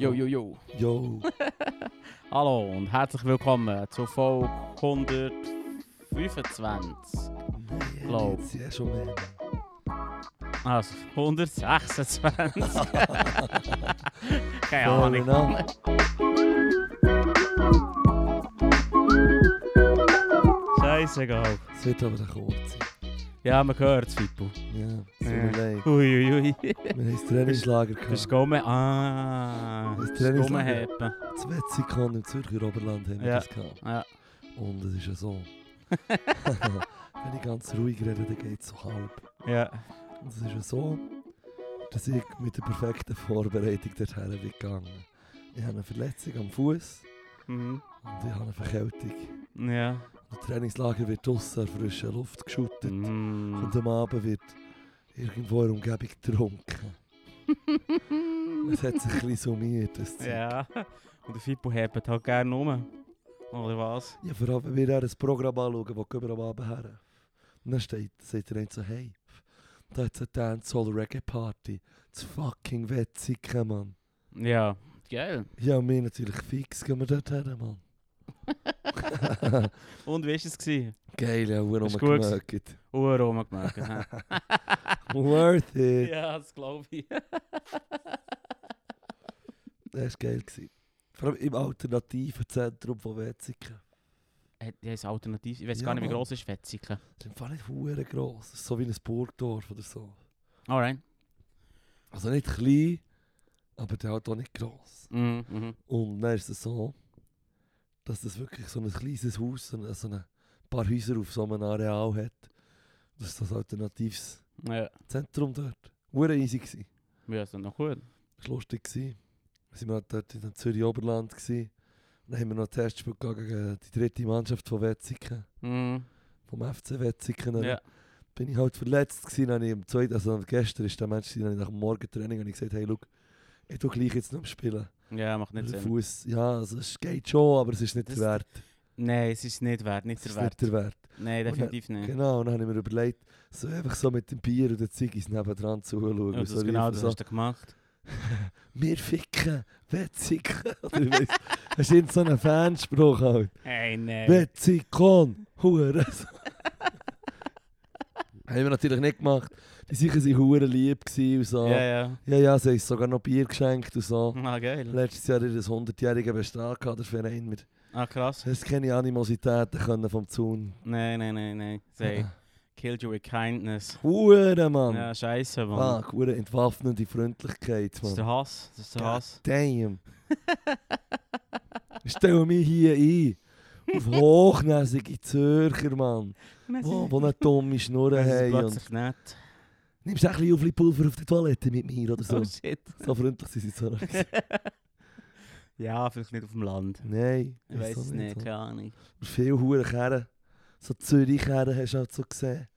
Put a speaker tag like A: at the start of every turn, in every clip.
A: Jo, jo, jo.
B: Yo.
A: Hallo und herzlich willkommen äh, zur Folge 125. Glaub.
B: Jetzt, ja, schon mehr.
A: Also 126. Keine
B: Vorne,
A: Ahnung.
B: ne?
A: Scheißegal.
B: Es wird aber eine kurze.
A: Ja, man hört es, Fippo.
B: Ja, es tut mir leid.
A: Uiuiui.
B: Wir haben das Trainingslager
A: Das
B: gehabt.
A: ist Gomme. Ah.
B: Das
A: Das ist
B: Trainingslager.
A: Gommehappen.
B: Das Wetzikon im Zürcher Oberland haben wir
A: Ja.
B: das gehabt.
A: Ja.
B: Und es ist ja so. Wenn ich ganz ruhig rede, dann geht es so halb.
A: Ja.
B: Und es ist ja so, dass ich mit der perfekten Vorbereitung dorthin bin gegangen. Ich habe eine Verletzung am Fuß
A: Mhm.
B: und ich habe eine Verkältung.
A: Ja.
B: Das Trainingslager wird draussen an frischer Luft geschüttet.
A: Mhm.
B: Und am Abend wird irgendwo in der Umgebung getrunken. es hat sich ein bisschen summiert. Das Zeug.
A: Ja. Und der Fippo hebt halt gerne rum. Oder was?
B: ja, vor allem, wenn wir dann ein Programm anschauen, das gehen wir am Abend her. Und dann steht, sagt er einem so, hey, da hat es eine Dancehall Reggae Party. Das fucking Wetzigen, Mann.
A: Ja. Geil.
B: Ja, und wir natürlich fix gehen wir dort her, Mann.
A: Und wie war es? gewesen?
B: Geil, ja, wir
A: Ist
B: haben
A: gut gewesen.
B: gemerkt.
A: Uhr rumgemerkt. hä?
B: Worth it.
A: Ja, das glaube ich.
B: Das war geil. Gewesen. Vor allem im alternativen Zentrum von Wetzigen.
A: Hat ja ein Äh, Alternativ. Ich weiß
B: Ja,
A: gar nicht, wie
B: Mann.
A: gross ist Wetzigen.
B: Das ist im Fall nicht verdammt gross. Das ist so wie ein Burgdorf oder so.
A: Alright.
B: Also nicht klein, aber der halt auch nicht gross.
A: Mhm. Mhm.
B: Und dann ist es so, dass das wirklich so ein kleines Haus, so ein, so ein paar Häuser auf so einem Areal hat. Das ist das alternatives
A: Ja,
B: Zentrum dort. Hure easy gsi.
A: ja, ist doch noch gut.
B: Das war lustig. gsi. Dann sind wir halt dort in dem Zürich-Oberland gsi. Und Dann haben wir noch ein Testspiel gegangen gegen die dritte Mannschaft von Wetzigen.
A: Mhm.
B: Vom FC Wetzigen.
A: Ja.
B: bin ich halt verletzt gewesen, dann habe ich am zweiten, also gestern ist der Mensch, dann habe ich nach dem Morgentraining habe ich gesagt, hey, schau, ich tu gleich jetzt noch spielen.
A: ja, macht nicht
B: Der
A: Sinn.
B: Fuß, ja, also es geht schon, aber es ist nicht
A: Das-
B: der Wert.
A: Nein, es ist nicht wert. Nicht
B: Es
A: der
B: ist
A: Wert. Mhm.
B: nicht der Wert.
A: Nein, definitiv nicht.
B: Genau, und dann habe ich mir überlegt, so einfach so mit dem Bier und den Ziggis nebendran
A: Ja,
B: zuschauen.
A: das
B: so
A: genau,
B: rief
A: das
B: so,
A: hast du gemacht.
B: wir ficken, Wetzikon. Oder ich weiss, hast du irgend so einen Fanspruch halt.
A: Hey, nein.
B: Wetzikon, Hure. Haben wir natürlich nicht gemacht. Die sicher waren Hure lieb gewesen und so.
A: Ja, ja.
B: Ja, ja, sie haben uns sogar noch Bier geschenkt und so.
A: Ah, geil.
B: Letztes Jahr in das 100-jährige Bestand gehabt, der Verein. Wir
A: Ah, krass.
B: es keine Animositäten können vom Zaun.
A: Nein, nein, nein, nein. Say,
B: Äh,
A: killed you with kindness.
B: Hure, Mann.
A: Ja, scheiße, Mann.
B: ah, hure entwaffnende Freundlichkeit,
A: Das ist
B: Mann.
A: der Hass. Das ist der Hass.
B: Damn. Ich Stell mich hier ein. Auf hochnäsige Zürcher, Mann. Wo, wo eine dumme Schnurre
A: Das ist
B: haben. Und
A: plötzlich nett.
B: nimmst du auch ein bisschen Aufli-Pulver auf die Toilette mit mir oder so?
A: Oh shit.
B: so freundlich sind sie so.
A: Ja, vielleicht nicht auf dem Land.
B: Nein.
A: Ich weiß
B: wieso
A: es nicht,
B: Mann?
A: keine Ahnung.
B: Viele hure Kerren. So Zürich-Kerren hast du halt so gesehen.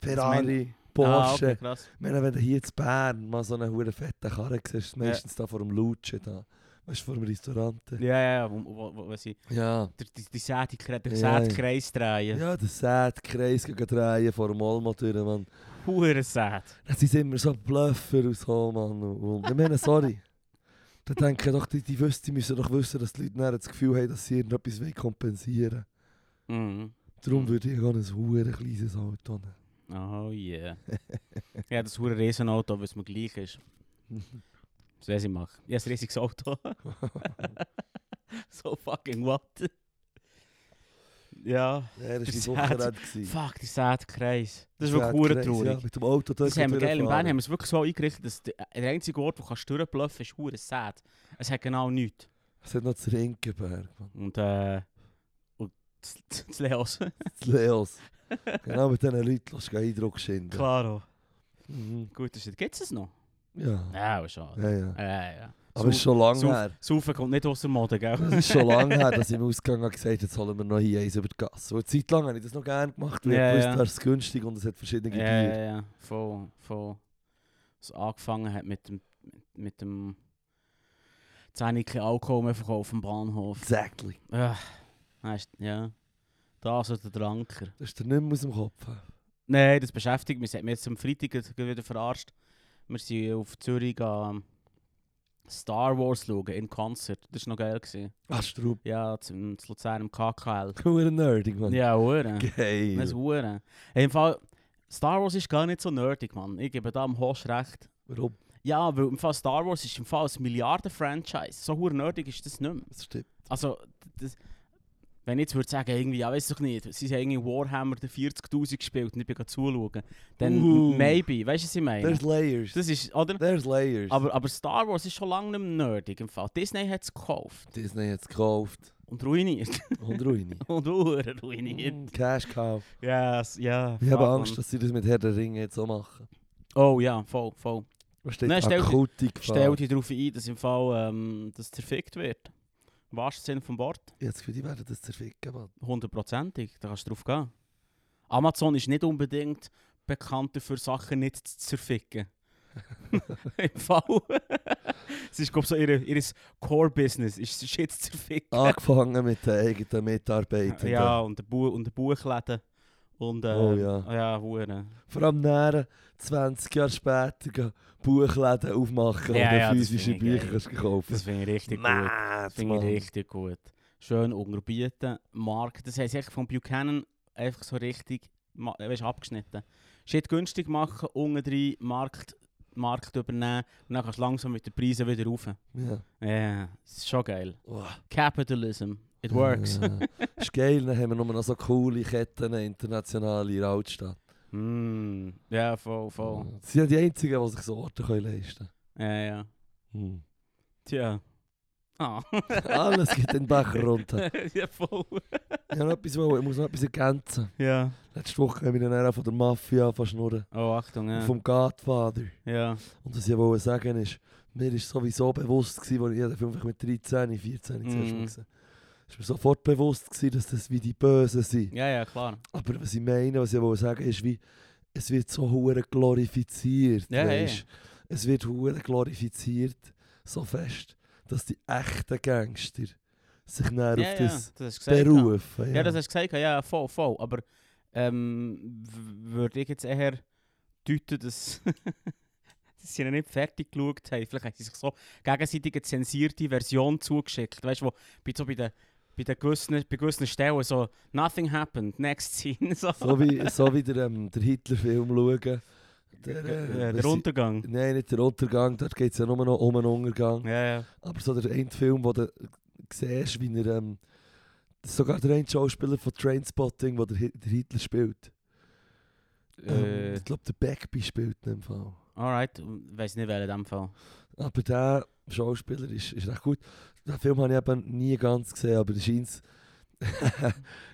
B: Ferrari,
A: Ah, okay,
B: Porsche.
A: krass.
B: Ich meine, wenn du hier in Bern mal so einen hure fetten Karren siehst, ist es
A: Ja.
B: meistens da vor dem Lutschen da. Weißt du, vor dem Restaurant.
A: Ja, ja, ja, wo, wo, wo, wo sie
B: Ja.
A: der, die, die Säte, der
B: Ja,
A: Saatkreis drehen.
B: Ja, der Sät, Kreis gegen drehen vor dem Olmo durch, Mann.
A: Hure Saat.
B: Das sind immer so Bluffer und so, Mann. Und ich meine, sorry. Da denke ich doch, die, die, wüssten, die müssen doch wissen, dass die Leute nachher das Gefühl haben, dass sie irgendetwas wollen kompensieren
A: Mhm.
B: Darum würde ich gerne ein hure kleines Auto nehmen.
A: Oh yeah. ja, das hure Riesenauto, weil es mir gleich ist. Das weiß ich machen. Ja, ein riesiges Auto. so fucking what? ja.
B: Ja, das
A: Der
B: war mein
A: Sad.
B: Wochenende. gewesen.
A: Fuck, die Saatkreis. Das ist
B: Ja,
A: wirklich hure
B: crazy, Ja,
A: traurig.
B: mit dem Auto
A: Das haben wir Dus geil. In Bern haben
B: durchgefahren.
A: wir es wirklich so eingerichtet, dass der, der einzige Ort, wo du kannst durchbluffen kannst, ist hure Saat. Es hat genau nichts.
B: Es hat noch das Rinkenberg, Mann.
A: Und äh. Und das- das das Leos.
B: Das Leos. genau mit diesen Leuten lässt du keinen Eindruck schinden.
A: Klaro.
B: Mhm.
A: Gut, das ist. Gibt's es noch?
B: Ja.
A: Ja, aber schon.
B: ja, Oh, ja.
A: Ja, ja. ja.
B: Aber es ist schon lange
A: Sau-
B: her.
A: Saufen kommt nicht aus der Mode,
B: Es
A: gell?
B: ist schon lange her, dass ich im Ausgang habe gesagt jetzt holen wir noch hier eins über die Gasse. Und eine Zeit lang habe ich das noch gerne gemacht, weil
A: Ja,
B: ich wusste,
A: ja.
B: ja. es günstig und es hat verschiedene
A: ja, ja,
B: Bier.
A: ja. Voll, voll. Was angefangen hat mit dem. mit dem. 10 Alkohol mehr verkaufen am Bahnhof.
B: Exactly.
A: Ah, weisst, ja. Das oder der Anker.
B: Das ist dir nicht mehr aus dem Kopf.
A: Nein, das beschäftigt mich. Das hat mich jetzt am Freitag wieder verarscht. Wir sind auf Zürich am Star Wars schauen in Konzert. Das war noch geil. Gewesen.
B: Hast du drauf?
A: Ja, zu, in Luzern im KKL.
B: Cooler nerdig, Mann.
A: Ja, Huren. Das
B: Geil.
A: Huren. Hey, Im Fall, Star Wars ist gar nicht so nerdig, Mann. Ich gebe da am Hosch recht.
B: Warum?
A: Ja, weil im Fall Star Wars ist im Fall ein Milliarden-Franchise. So hure nerdig ist das nicht mehr.
B: Das stimmt.
A: Also, das, wenn ich jetzt würde sagen, irgendwie, ja, weiß doch nicht, sie haben irgendwie Warhammer der 40.000 gespielt und ich bin gerade zuschauen, dann
B: Uh.
A: maybe, weißt du, was ich meine?
B: There's layers.
A: Das ist, oder?
B: There's layers.
A: Dus- Aber, aber Star Wars ist schon lange nicht mehr nerdig im Fall. Disney hat es gekauft
B: Disney hat es gekauft.
A: und ruiniert.
B: Und Ruini.
A: und Uhren ruiniert.
B: Mm, Cash Cow.
A: Mm. Yes, ja.
B: Ich
A: fuck,
B: habe Angst, dus
A: Mann.
B: dass sie das mit Herr der Ringe jetzt so machen.
A: Oh ja, voll, voll.
B: Was steht
A: Nein, stell-
B: akute
A: Stell
B: Gefahr.
A: dich darauf ein, dass im Fall ähm, das zerfickt wird. Warst du vom Bord?
B: Jetzt für die werden das zerficken, Mann.
A: Hundertprozentig, da kannst du drauf gehen. Amazon ist nicht unbedingt bekannt dafür, Sachen nicht zu zerficken. Im Fall. es ist, glaube ich, so ihr, ihr Core-Business, ist Shit zu zerficken.
B: Ah, Angefangen mit den eigenen Mitarbeitern.
A: ja, und der, Bu und der Buchläden. Und, äh,
B: Oh ja.
A: Ja, Hure.
B: Vor allem näher 20 Jahre später gehen Buchläden aufmachen
A: Ja,
B: und
A: ja, das
B: physische
A: finde ich
B: Bücher
A: geil.
B: kannst kaufen.
A: Das finde ich richtig gut.
B: Mad,
A: Das finde ich
B: Mann.
A: richtig gut. Schön unterbieten, Mark. Das heisst, echt von Buchanan einfach so richtig ma- äh, weisst, abgeschnitten. Shit günstig machen, unten drin Markt, Markt übernehmen und dann kannst du langsam mit den Preisen wieder rauf. Ja,
B: Ja.
A: das ist schon geil.
B: Oh.
A: Capitalism, it works.
B: Ja. ist geil, dann haben wir nur noch so coole Ketten international in der Altstadt.
A: Mm, ja, voll, voll.
B: Sie sind die Einzigen, die sich so Orte können leisten
A: Ja, ja.
B: können.
A: Tja. Ah.
B: Alles geht den Bach runter.
A: ja, voll.
B: Ich, habe noch etwas, wollen- ich muss noch etwas ergänzen.
A: Ja.
B: Letzte Woche haben wir den Ära von der Mafia verschnurren.
A: Oh, Achtung, ja.
B: Vom Godfather.
A: Ja.
B: Und was ich wollte sagen ist, mir war sowieso bewusst, gewesen, als ich den Film vielleicht mit 13, 14 zuerst
A: Mhm.
B: mal gesehen habe. Es war mir sofort bewusst, gewesen, dass das wie die Bösen sind.
A: Ja, ja, klar.
B: Aber was ich meine, was ich wollte sagen, ist, wie, es wird so hure glorifiziert.
A: Ja, ja,
B: weisst. Es wird hure glorifiziert, so fest, dass die echten Gangster sich näher
A: Ja,
B: auf
A: ja,
B: das
A: hast du gesagt, ja.
B: berufen. Ja.
A: Ja, das hast du gesagt, ja, voll, voll. Aber ähm, w- würde ich jetzt eher deuten, dass, dass sie noch nicht fertig geschaut haben. Vielleicht haben sie sich so gegenseitig eine zensierte Version zugeschickt. Weißt du, wo bei, so bei, den, bei, den gewissen, bei gewissen Stellen so «Nothing happened, next scene». So.
B: so, wie, so wie der, ähm, der Hitler-Film schauen. Der, äh,
A: ja,
B: was
A: der
B: ich-
A: Untergang.
B: Nein, nicht der Untergang, dort geht es ja nur noch um einen Untergang.
A: Ja, ja.
B: Aber so der eine Film, eh, wo du siehst, wie er. Ähm, sogar der eine Schauspieler von Trainspotting, wo der, Hi- der Hitler spielt. Ähm,
A: Äh,
B: ich glaube, der Beckby spielt in Ah, dem Fall.
A: alright, weiß nicht, wer in dem Fall.
B: Aber der Schauspieler ist, ist recht gut. Den Film habe ich eben nie ganz gesehen, aber es scheint.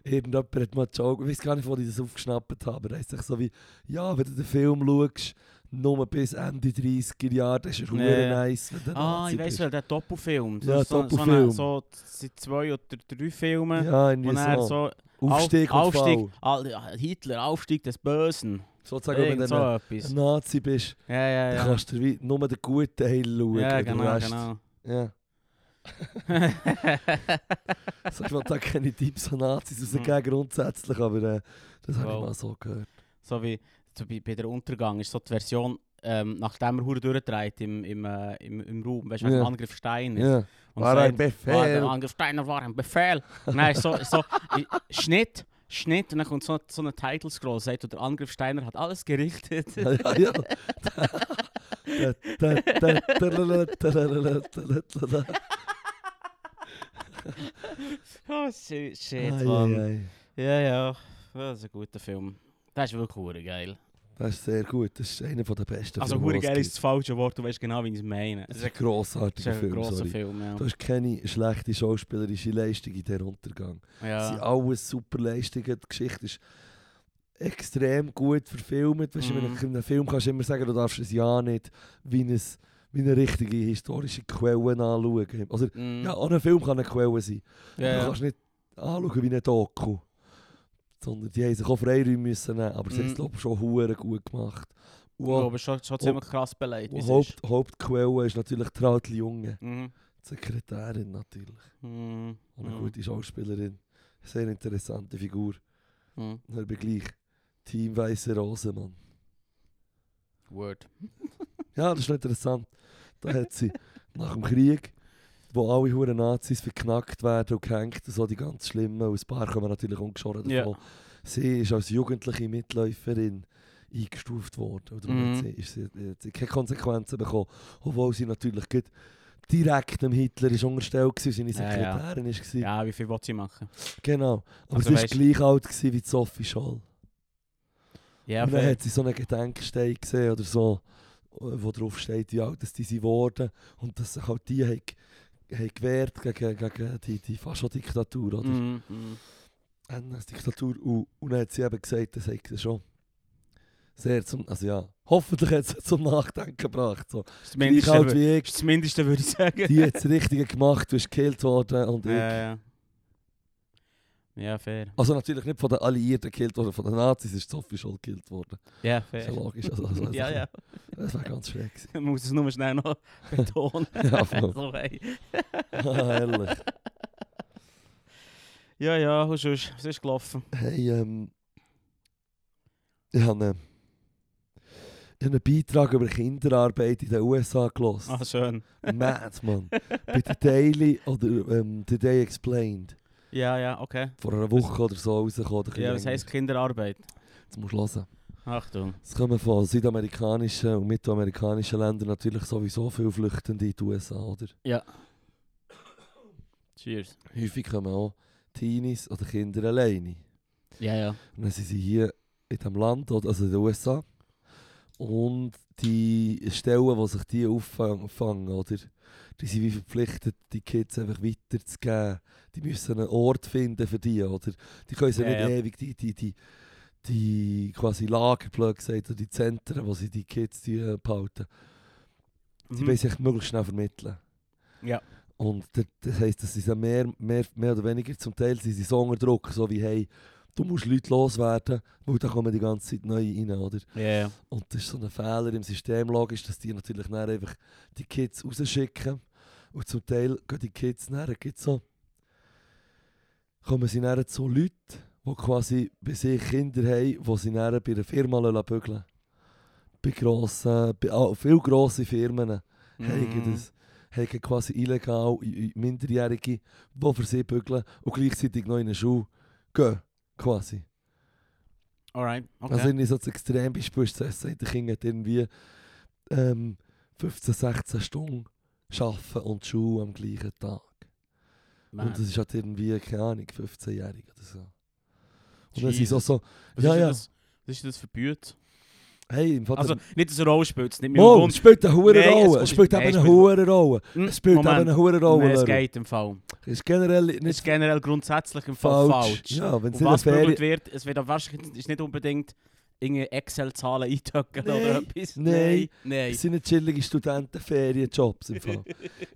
B: Irgendjemand hat mal Joke. Ich weiß gar nicht, wo ich das aufgeschnappt habe. Er hat sich so wie: Ja, wenn du den Film schaust, nur bis Ende 30er Jahre, das ist
A: Ja,
B: ja.
A: ja.
B: nice. Wenn du
A: Ah,
B: Nazi
A: ich weiß
B: bist.
A: wel, der Doppelfilm. So,
B: Ja,
A: so,
B: Doppelfilm.
A: So, eine- so, seit zwei oder drei Filmen.
B: Ja,
A: wo
B: irgendwie
A: er
B: so.
A: so
B: Aufstieg und
A: Aufstieg,
B: Fall.
A: Al- Hitler, Aufstieg des Bösen.
B: Sozusagen, wenn
A: Irgend
B: du
A: so
B: ein
A: etwas.
B: Nazi bist,
A: Ja, ja,
B: dann
A: ja.
B: äh, kannst du dir wie nur den guten Teil schauen.
A: Ja,
B: den
A: genau,
B: Rest-
A: genau.
B: Ja. So, ich will da keine Tipps an Nazis rausgeben, grundsätzlich, aber äh, das habe ich
A: Mm. Wow.
B: mal so gehört.
A: so wie so bei, bei der Untergang ist so die Version, ähm, nachdem er Hure durchdreht im, im, äh, im, im Raum, weißt du,
B: Ja.
A: yeah. Angriff Steiner.
B: Ja.
A: Und
B: War
A: sagt,
B: ein
A: War, der
B: Befehl.
A: Angriff Steiner war ein Befehl. Nein, so, so i- Schnitt, Schnitt, und dann kommt so, so ein Title Scroll, sagt, der Angriff Steiner hat alles gerichtet.
B: Ja, ja, ja. Da, da, da, da, da, da, da, da, da, da, da.
A: oh, shit, shit,
B: Ai,
A: Mann.
B: ai, ai.
A: Ja, ja, das ist ein guter Film. Das ist wirklich hure geil.
B: Das ist sehr gut, das ist einer der besten
A: Also,
B: Filme,
A: hure
B: die es
A: geil ist
B: gibt.
A: das falsche Wort, du weißt genau, wie ich es meine.
B: Das ist ein
A: Das
B: grossartiger
A: ist ein
B: Film,
A: grosser
B: sorry.
A: Film, ja.
B: Du hast keine schlechte schauspielerische Leistung in diesem Untergang. Es sind
A: ja.
B: alles super Leistungen. Die Geschichte ist extrem gut verfilmt. Weißt, du, in
A: Mhm.
B: einem- in einem Film kannst du immer sagen, du darfst es ja nicht wie, ein, wie eine richtige historische Quelle anschauen. Also,
A: Mm.
B: ja, auch ein Film kann eine Quelle sein.
A: ja,
B: du
A: ja.
B: kannst nicht anschauen wie eine Doku. Sondern die haben sich auch Freiräume müssen nehmen. Aber sie haben es
A: Mhm.
B: glaube ich, schon hure gut gemacht. Und
A: Ich
B: auch-
A: glaube, schon, schon ziemlich krass beleidigt.
B: und
A: wie es ist.
B: Haupt, Hauptquelle ist natürlich die Trautli Junge.
A: Mhm.
B: Die Sekretärin natürlich.
A: Mhm.
B: Und eine
A: Mhm.
B: gute Schauspielerin. Sehr interessante Figur.
A: Mhm.
B: Und dann bin ich gleich. Team Weiße Rose, Mann.
A: Word.
B: Ja, das ist noch interessant. Da hat sie nach dem Krieg, wo alle Huren Nazis verknackt werden und gehängt, so die ganz schlimmen, und ein paar kommen natürlich ungeschoren davon.
A: Ja.
B: Sie ist als jugendliche Mitläuferin eingestuft worden. Oder
A: Mhm.
B: hat sie, ist sie, hat sie keine Konsequenzen bekommen, obwohl sie natürlich gleich direkt dem Hitler ist unterstellt war, seine
A: Ja, ja.
B: Sekretärin ist war.
A: Ja, wie viel wollte sie machen?
B: Genau. Aber
A: Also
B: sie war
A: weisst-
B: gleich alt gewesen wie die Sophie Scholl.
A: Ja,
B: und dann
A: fair.
B: hat sie so einen Gedenkstein gesehen oder so, wo drauf steht, wie alt dass die sie wurden und dass sich halt die haben, haben gewehrt gegen, gegen die, die Faschodiktatur oder Äh,
A: Mhm, mhm.
B: NS-Diktatur. Und, und dann hat sie eben gesagt, das hat sie schon sehr zum, also ja, hoffentlich hat sie zum Nachdenken gebracht. So.
A: Das
B: Gleich
A: Mindeste,
B: alt
A: wür-
B: wie ich,
A: das Mindeste würde ich sagen.
B: die hat das Richtige gemacht, du bist gekillt worden und ich.
A: Ja, ja. Ja, fair.
B: Also natürlich nicht von den Alliierten gekillt worden, von den Nazis ist Sophie Scholl gekillt worden.
A: Ja,
B: Das ist ja
A: fair.
B: logisch. Also, also,
A: Ja, ja.
B: Das wäre ganz schräg gewesen.
A: Man muss es nur schnell noch betonen.
B: Ja, voll.
A: so, hey.
B: Ah, herrlich.
A: ja, ja, und sonst, was ist gelaufen?
B: Hey, ähm. Ich habe einen, ich habe einen Beitrag über Kinderarbeit in den USA gelost.
A: Ah, schön.
B: Mad, Mann. Bei The Daily oder ähm, The Day Explained.
A: Ja, ja, okay.
B: Vor einer Woche oder so rausgekommen. oder ein
A: Dus- Ja, dus was
B: bisschen
A: heisst
B: länger.
A: Kinderarbeit?
B: Jetzt musst du hören.
A: Achtung.
B: Es kommen von südamerikanischen und mittelamerikanischen Ländern natürlich sowieso viele Flüchtende in die USA, oder?
A: Cheers.
B: Häufig kommen auch Teenies oder Kinder alleine.
A: Ja, ja.
B: Und dann sind sie hier in diesem Land, oder- also in den USA. Und die Stellen, die sich die auffangen, fangen, oder? Die sind wie verpflichtet, die Kids einfach weiterzugeben. Die müssen einen Ort finden für die, oder? Die können sie
A: Ja,
B: nicht
A: ja.
B: ewig, die, die, die, die quasi Lagerblöcke, gesagt, oder die Zentren, wo sie die Kids die, äh, behalten. Die
A: Mhm.
B: wollen sich möglichst schnell vermitteln.
A: Ja.
B: Und der- das heisst, dass sie so mehr, mehr, mehr oder weniger zum Teil sind sie so unter Druck, so wie hey, du musst Leute loswerden, weil da kommen die ganze Zeit neue rein, oder?
A: Ja, ja.
B: Und das ist so ein Fehler im System logisch, dass die natürlich dann einfach die Kids rausschicken und zum Teil gehen die Kids näher, gibt so kommen sie näher zu Leuten, die quasi bei sich Kinder haben, die sie näher bei einer Firma lassen bügeln. Bei grossen, bei ah, viel grossen Firmen
A: Mm.
B: haben das
A: Mhm.
B: haben quasi illegal i- i- Minderjährige, die für sie bügeln und gleichzeitig noch in eine Schule gehen. Quasi.
A: Alright, okay.
B: Also irgendwie so das Extrembeispiel ist das SC, die Kinder hat irgendwie ähm, 15, 16 Stunden arbeiten und Schule am gleichen Tag.
A: Man.
B: Und das ist halt irgendwie, keine Ahnung, 15-Jährige oder so. Und dann sind so,
A: Jesus.
B: so,
A: was
B: ja,
A: ist denn
B: ja.
A: Das, was ist denn das für Büte?
B: hey, im Vater...
A: Also, nicht, dass er Rolle spielt, es ist nicht mehr
B: Mo, es spielt eine hure
A: Nein, es
B: Rolle.
A: kommt-
B: Es spielt
A: Nein,
B: eben
A: es
B: eine
A: spielt-
B: hure Rolle.
A: Hm,
B: Es spielt eben
A: Moment.
B: eine hure Rolle.
A: Nein, es
B: Lehrer.
A: geht im Fall.
B: Ist generell
A: Es
B: nicht
A: ist generell grundsätzlich im Fall
B: falsch.
A: falsch.
B: Ja, wenn es
A: Und
B: nicht eine
A: was
B: Ferien...
A: bügelt wird, es wird auch wahrscheinlich ist nicht unbedingt irgendeine Excel-Zahlen eintöckeln
B: Nein,
A: oder etwas.
B: nein.
A: nein.
B: Es sind nicht chillige Studentenferienjobs im Fall.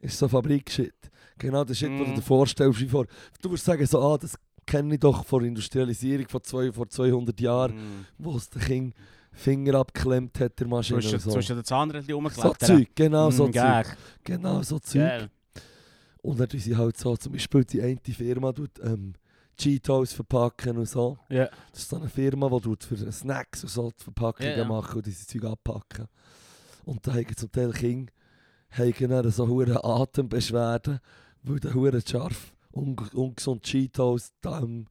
B: Es ist so Fabrikshit. Genau der Shit, den du
A: Mm.
B: dir vorstellst. Wie vor. Du würdest sagen, so, ah, das kenne ich doch von der Industrialisierung von zwei, vor 200 Jahren,
A: Mm.
B: wo es der Kind Finger abgeklemmt hat, der
A: Du
B: Maschine.
A: hast ja-
B: und
A: du
B: So,
A: hast ja den Zahnrädchen
B: so
A: rumgeklettert.
B: Zeug, genau so Zeug.
A: Mm, gell,
B: Genau so Zeug.
A: gell.
B: Und dann tun sie halt so, zum Beispiel die eine Firma tut ähm, Cheetos verpacken und so.
A: Ja.
B: Das ist so eine Firma, die tut für Snacks und so die Verpackungen
A: Ja, ja.
B: machen und diese Zeug abpacken. Und da haben zum Teil Kinder haben dann so hure Atembeschwerden, weil der hure scharf un ungesund Cheetos da im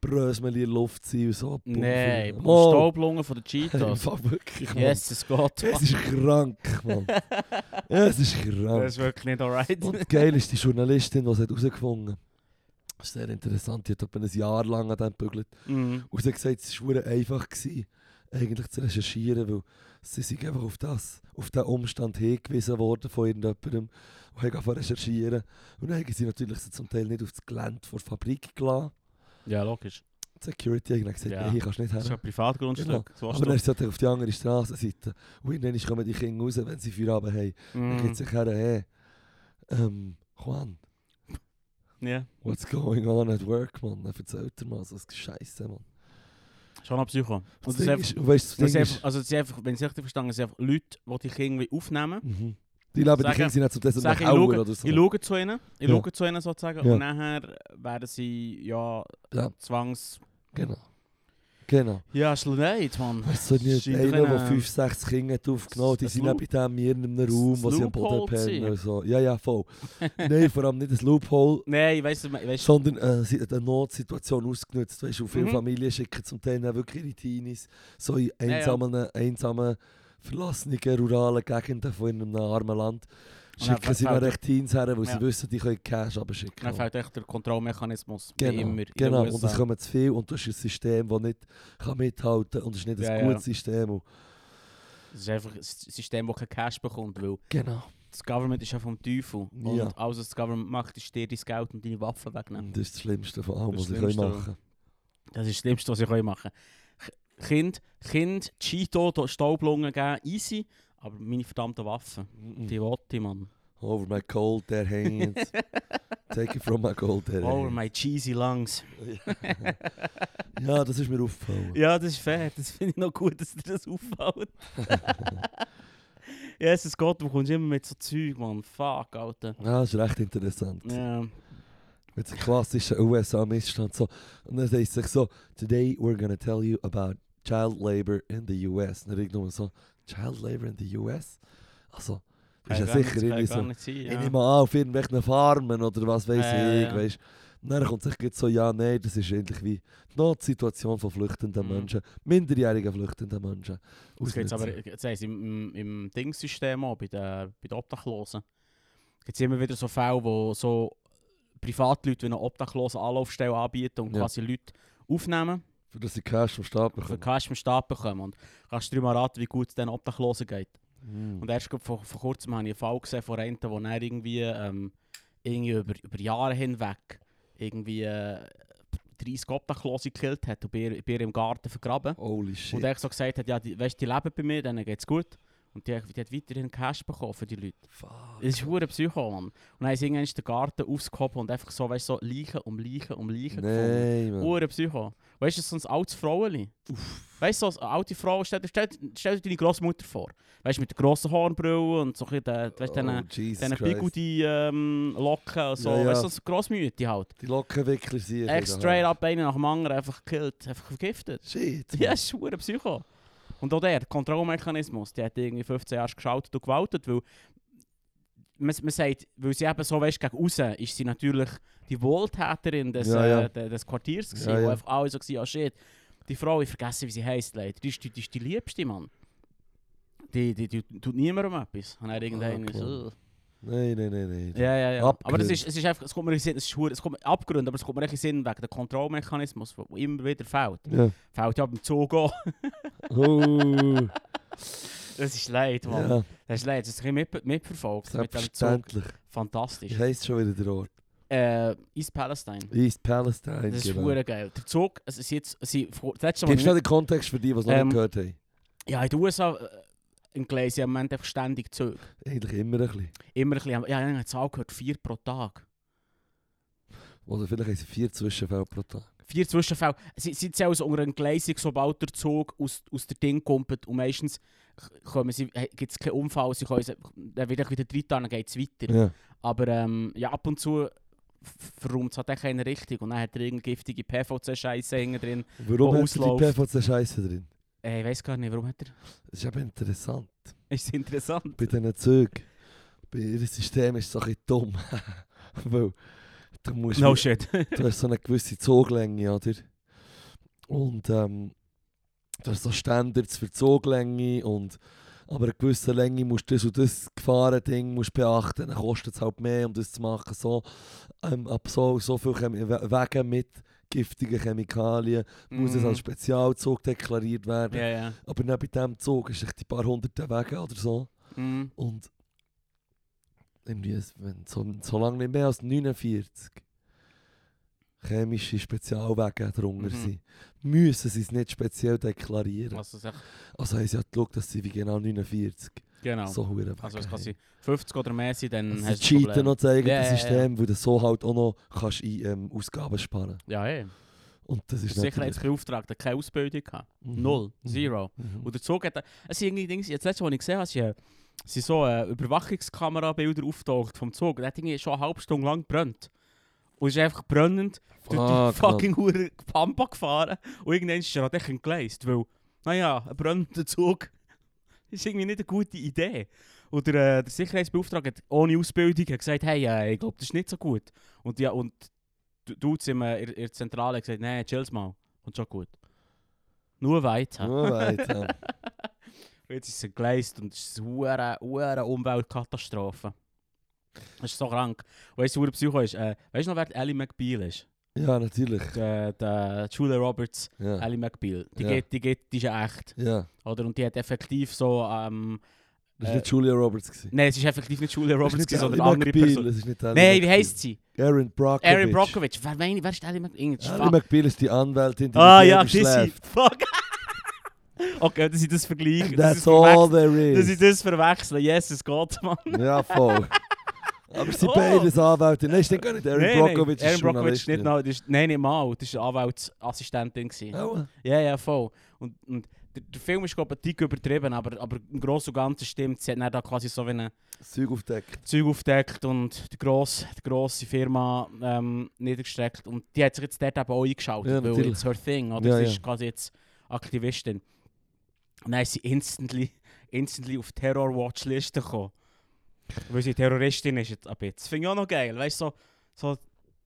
B: Brösmel in der Luft sind und so.
A: Nein,
B: Pulver.
A: oh. Staublungen von den
B: Im
A: Cheetos.
B: Fall wirklich, Mann.
A: Jesus Gott.
B: Es ist krank, Mann. es ist krank.
A: Das ist wirklich nicht alright.
B: Und geil ist die Journalistin, die es hat herausgefunden hat. Das ist sehr interessant. Die hat etwa ein Jahr lang an dem gebügelt.
A: Mm.
B: Und sie hat gesagt, es war verdammt einfach, gewesen, eigentlich zu recherchieren, weil sie sind einfach auf das, auf den Umstand hingewiesen worden von irgendjemandem und haben angefangen zu recherchieren. Und dann haben sie natürlich sie zum Teil nicht auf das Gelände der Fabrik gelassen.
A: Ja, logisch.
B: Die Security hat dann gesagt,
A: Ja.
B: «Nein, hier kannst du nicht
A: Das ist
B: her. Genau.
A: ja Privatgrundstück. So
B: Aber dann ist sie halt auf die andere Straßenseite. Und irgendwann kommen die Kinder raus, wenn sie Feierabend haben. Dann geht
A: mm.
B: sie her, hey, ähm, Juan,
A: Ja,
B: What's going on at work, man? Dann erzählt er mal so Scheiße, man.
A: schon ein Psycho. Und
B: Das
A: das ist
B: Ding
A: einfach,
B: ist, und weißt du, das
A: das ist
B: Ding ist,
A: einfach, also das ist einfach, wenn ich es richtig verstanden habe, sind einfach Leute, die die Kinder aufnehmen.
B: mhm. die leben die
A: Sag-
B: Kinder sind nicht zum Teil so
A: Sag, ich
B: Hauer
A: schaue,
B: oder so.
A: ich schaue zu ihnen, ich
B: Ja.
A: schaue zu ihnen sozusagen
B: Ja.
A: und nachher werden sie eh, ja,
B: Ja.
A: zwangs...
B: Genau. Genau.
A: Ja, Schleunheit, Mann.
B: So nicht
A: scheint
B: einer,
A: ein
B: der
A: bisschen, ähm,
B: 5, 6 Kinder hat aufgenommen hat, die
A: ein
B: sind
A: Loop-
B: dann bei dem in irgendeinem
A: ein
B: Raum, wo sie am Boden
A: Loophole
B: pennen.
A: gewesen.
B: oder So. Ja, ja, voll. Nein, vor allem nicht ein Loophole,
A: Nein, ich weiss, ich weiss
B: sondern äh, sie hat eine Notsituation ausgenutzt. Weißt du, viele
A: Mhm.
B: Familien schicken zum Teil dann wirklich ihre Teenies so in
A: ja.
B: einsamen, einsamen verlassenen, ruralen Gegenden von einem armen Land.
A: Und
B: Schicken
A: dann
B: sie
A: fällt-
B: dann echt Teens her, weil
A: Ja.
B: sie wissen, die können Cash
A: Dann
B: abschicken.
A: fehlt echt der Kontrollmechanismus. wie
B: Genau,
A: immer. in den
B: genau.
A: USA.
B: und es kommen zu viel und das ist ein System, das nicht kann mithalten kann und es ist nicht ein
A: Ja, ja.
B: gutes System. Und-
A: Es ist einfach ein System, das keinen Cash bekommt, weil
B: Genau.
A: das Government ist ja vom Teufel. Und
B: Ja.
A: alles, was das Government macht, ist dir dein Geld und deine Waffen wegnehmen.
B: Das ist das Schlimmste von allem,
A: Das
B: was
A: ist
B: ich
A: das
B: können
A: Schlimmste.
B: machen Mhm.
A: Das ist das Schlimmste, was ich machen kann. Ch- Kind, Kind, Cheeto, da- Staublungen geben, easy. Aber meine verdammten Waffen,
B: kann.
A: die wollte ich, Mann.
B: Over my cold dead hands. Take it from my cold dead
A: Over
B: hands.
A: my cheesy lungs.
B: ja, das ist mir aufgefallen.
A: Ja, das ist fair. Das finde ich noch gut, dass dir das auffällt. Jesus Gott, du kommst immer mit so Zeug, Mann. Fuck, Alter.
B: Ja, das ist recht interessant.
A: Ja.
B: Mit so klassischen USA-Missstand. So. Und dann heißt es so, today we're gonna tell you about child labor in the US. Und dann denke ich nur so, child labor in the US? Also, das
A: Kann
B: ist
A: gar
B: ja sicher
A: nicht- kann
B: irgendwie
A: gar
B: so.
A: nicht sein,
B: Ich
A: ja.
B: nehme an, auf irgendwelchen Farmen oder was weiß
A: Ja,
B: ich.
A: ja, ja.
B: Weißt. Und dann kommt es gleich so, ja, nein, das ist eigentlich wie die Notsituation von flüchtenden
A: Mhm.
B: Menschen, minderjährigen flüchtenden Menschen.
A: Das geht aber
B: Ausnutzen.
A: das heisst, im, im, im Dingssystem auch, bei den, bei den Obdachlosen. Gibt immer wieder so Fälle, wo so Privatleute wie eine Obdachlose Anlaufstelle anbieten und
B: Ja.
A: quasi Leute aufnehmen,
B: Für das sie Cash vom Staat
A: für
B: bekommen.
A: Cash vom Staat bekommen. Und kannst du dir mal raten, wie gut es den Obdachlosen geht.
B: Mhm.
A: Und erst gerade vor, vor kurzem habe ich einen Fall gesehen von einem, der dann irgendwie, ähm, irgendwie über, über Jahre hinweg irgendwie äh, 30 Obdachlose gekillt hat und bei, ihr- bei ihr im Garten vergraben.
B: Holy shit.
A: Und er so gesagt hat, ja, die, weißt, die leben bei mir, denen geht's gut. Und die, die hat weiterhin Cash bekommen für die Leute.
B: Fuck.
A: Das ist hure Psycho, Mann. Und dann haben sie irgendwann den Garten aufgehoben und einfach so, weißt so Leichen um Leichen um Leichen gefunden.
B: Nein, Mann.
A: Hure Psycho. Weißt du, so ein altes Frauenli. Weißt du, so eine alte Frau, stell, dir- stell, stell dir deine Großmutter vor. Weißt du, mit der grossen Hornbrille und so ein bisschen, den- weißt du,
B: oh,
A: diesen-
B: Jesus
A: diesen
B: Christ.
A: Bigudi ähm, Locken und so.
B: Ja, ja.
A: Weißt du, so Grossmütti halt.
B: Die Lockenwickler sind
A: Echt straight up einen nach dem anderen einfach gekillt, einfach vergiftet.
B: Shit.
A: Ja, es ist ein Psycho. Und auch der Kontrollmechanismus, der hat irgendwie 15 Jahre geschaltet und gewaltet, weil man, man sagt, weil sie eben so, weißt, gegen außen ist sie natürlich die Wohltäterin des,
B: Ja, ja.
A: Äh, de- des Quartiers gewesen,
B: Ja,
A: wo
B: ja.
A: einfach alle so waren, oh shit, die Frau, ich vergesse, wie sie heisst, leider, die ist die, die, ist die Liebste, Mann. Die, die, die tut niemandem etwas. Und dann irgendwann
B: Fuck,
A: ist,
B: Mann.
A: "Ugh."
B: Nein, nein, nein, nein.
A: Ja, ja, ja. Aber das
B: Abgründe.
A: ist, es ist einfach, es kommt mir in den Sinn, es ist, hure- es kommt mir Abgrund, aber es kommt mir echt in den Sinn wegen der Kontrollmechanismus, der immer wieder fehlt.
B: Ja.
A: Fehlt ja beim Zug auch.
B: Oh.
A: Das ist leid, Mann.
B: ja,
A: Das ist leid. Das ist ein bisschen mit, mitverfolgt. Mit dem Zug.
B: selbstverständlich.
A: Fantastisch.
B: Wie heisst schon wieder der Ort?
A: Äh, East Palestine.
B: East Palestine.
A: Das ist
B: genau.
A: hure geil. Der Zug, es ist jetzt, sie, vor- das letzte Mal,
B: Gibst du noch
A: ich,
B: den Kontext für die, die es noch
A: Ähm,
B: nicht gehört haben?
A: ja, in den USA äh, in Gleisen im Moment einfach ständig Zug.
B: Eigentlich immer ein bisschen.
A: Immer ein bisschen, ja, ich habe jetzt auch gehört, vier pro Tag.
B: Oder vielleicht haben sie vier Zwischenfälle pro Tag.
A: Vier Zwischenfälle. Sie, sie zählen so unter Entgleisung, sobald der Zug aus, aus der Ding kommt. Und meistens kommen sie- gibt es keinen Unfall, sie können, sie- dann wird wieder drei Tage, dann geht es weiter.
B: Ja.
A: Aber ähm, ja, ab und zu verrummt es halt echt keine Richtung. Und dann hat er irgendeine giftige PVC-Scheiße hinten drin.
B: Warum
A: Wo
B: hat sie die
A: ausläuft.
B: PVC-Scheiße drin?
A: Äh, ich weiß gar nicht, warum hat er.
B: Das ist eben interessant.
A: Ist interessant.
B: Bei diesen Zügen. Bei ihrem System ist es so ein bisschen dumm. Weil du musst
A: No shit.
B: du hast so eine gewisse Zuglänge, oder? Und ähm, du hast so Standards für die Zuglänge und aber eine gewisse Länge musst du das und das Gefahrending musst beachten, dann kostet es halt mehr, um das zu machen. So, ähm, ab so, so viel Chemie, We- Wegen mit giftigen Chemikalien muss es als Spezialzug deklariert werden.
A: Mhm. Mm. Ja, ja.
B: Aber dann bei diesem Zug ist echt die paar hunderte Wege oder so.
A: Mhm.
B: Und irgendwie, es- wenn, so, so lange nicht mehr als 49 chemische Spezialwege drunter
A: Mhm.
B: sind, müssen sie es nicht speziell deklarieren.
A: Also, es ist echt-
B: Also haben sie ja geschaut, dass sie wie genau 49
A: genau.
B: so hohe Wege
A: also, es kann
B: haben.
A: sein 50 oder mehr sein, dann
B: Also
A: hast
B: sie
A: du ein Problem.
B: cheaten noch zeigen,
A: Ja, ja, ja.
B: das System, weil du so halt auch noch kannst in ähm, Ausgaben sparen
A: Ja, eh. ey.
B: Und das
A: Der
B: ist natürlich...
A: Sicherheitsbeauftragter hat keine Ausbildung gehabt.
B: Mhm.
A: Null.
B: Mhm.
A: Zero.
B: Mhm.
A: Und der Zug hat. Es sind irgendwie Dinge, jetzt letztes Mal, was ich gesehen habe, ist, äh, sind so äh, Überwachungskamerabilder auftaucht vom Zug. Der hat irgendwie schon eine halbe Stunde lang gebrannt. Und es ist einfach brennend durch
B: Fuck,
A: die
B: Mann.
A: fucking Hure Pampa gefahren. Und irgendwann ist er an dich entgleist, weil, naja, ein brennender Zug ist irgendwie nicht eine gute Idee. Und der, äh, der Sicherheitsbeauftragte hat ohne Ausbildung hat gesagt, hey, äh, ich glaube, das ist nicht so gut. Und, ja, und die Dudes im, äh, in der- in der Zentrale haben gesagt, nein, chill's mal, kommt schon gut. Nur weiter.
B: Nur weiter.
A: Und Jetzt ist es geleist und es ist eine hure Umweltkatastrophe. Das ist so krank. Und weißt du, wer Psycho ist? Äh, weißt du noch, wer Ellie McBeal ist?
B: Ja, natürlich.
A: Der, der Julia Roberts,
B: Ja.
A: Ellie McBeal. Die,
B: Ja.
A: geht, die, geht, die ist ja echt.
B: ja.
A: Oder? Und die hat effektiv so. Ähm,
B: Das
A: Äh,
B: war nicht Julia Roberts. gewesen.
A: Nein, es ist effektiv nicht Julia
B: Das ist
A: Roberts,
B: nicht
A: gewesen, sondern eine
B: Ally
A: andere
B: McBeal,
A: Person.
B: Das ist nicht Ally
A: Nein, wie
B: McBeal.
A: heisst sie?
B: Aaron Brockovich.
A: Erin Brockovich. Wer, meine, wer ist Ellie McBeal?
B: Ally McBeal ist die Anwältin, die
A: Ah
B: mit
A: ja,
B: jedem
A: Sissy.
B: schläft.
A: Fuck. okay, dass ich das vergleiche. dass
B: That's
A: ich das
B: all
A: verwechsel-
B: there
A: Dass ich
B: is.
A: das verwechsel. Yes, es geht, Mann.
B: Ja, voll. Aber sie
A: Oh.
B: beides Anwälte. Nein, ich denke gar nicht. Aaron Brockovich
A: Erin
B: ist
A: Brockovich ist nicht
B: Journalistin.
A: noch, das ist, nein, nicht mal, das war Anwaltsassistentin. gewesen.
B: Aua.
A: Ja, ja, voll. Und, und der, der Film ist glaube ich dick übertrieben, aber, aber im Großen und Ganzen stimmt Sie hat dann da quasi so wie ein
B: Das Zeug aufdeckt.
A: Zeug aufgedeckt und die grosse, die grosse Firma ähm, niedergestreckt. Und die hat sich jetzt dort eben auch eingeschaltet,
B: Ja,
A: weil
B: natürlich.
A: it's her thing, oder?
B: Ja,
A: sie
B: ja.
A: ist quasi jetzt Aktivistin. Und dann ist sie instantly, instantly auf die Terror-Watchliste gekommen. Weil sie Terroristin ist jetzt ein bisschen. Das finde ich auch noch geil, weißt du, so, so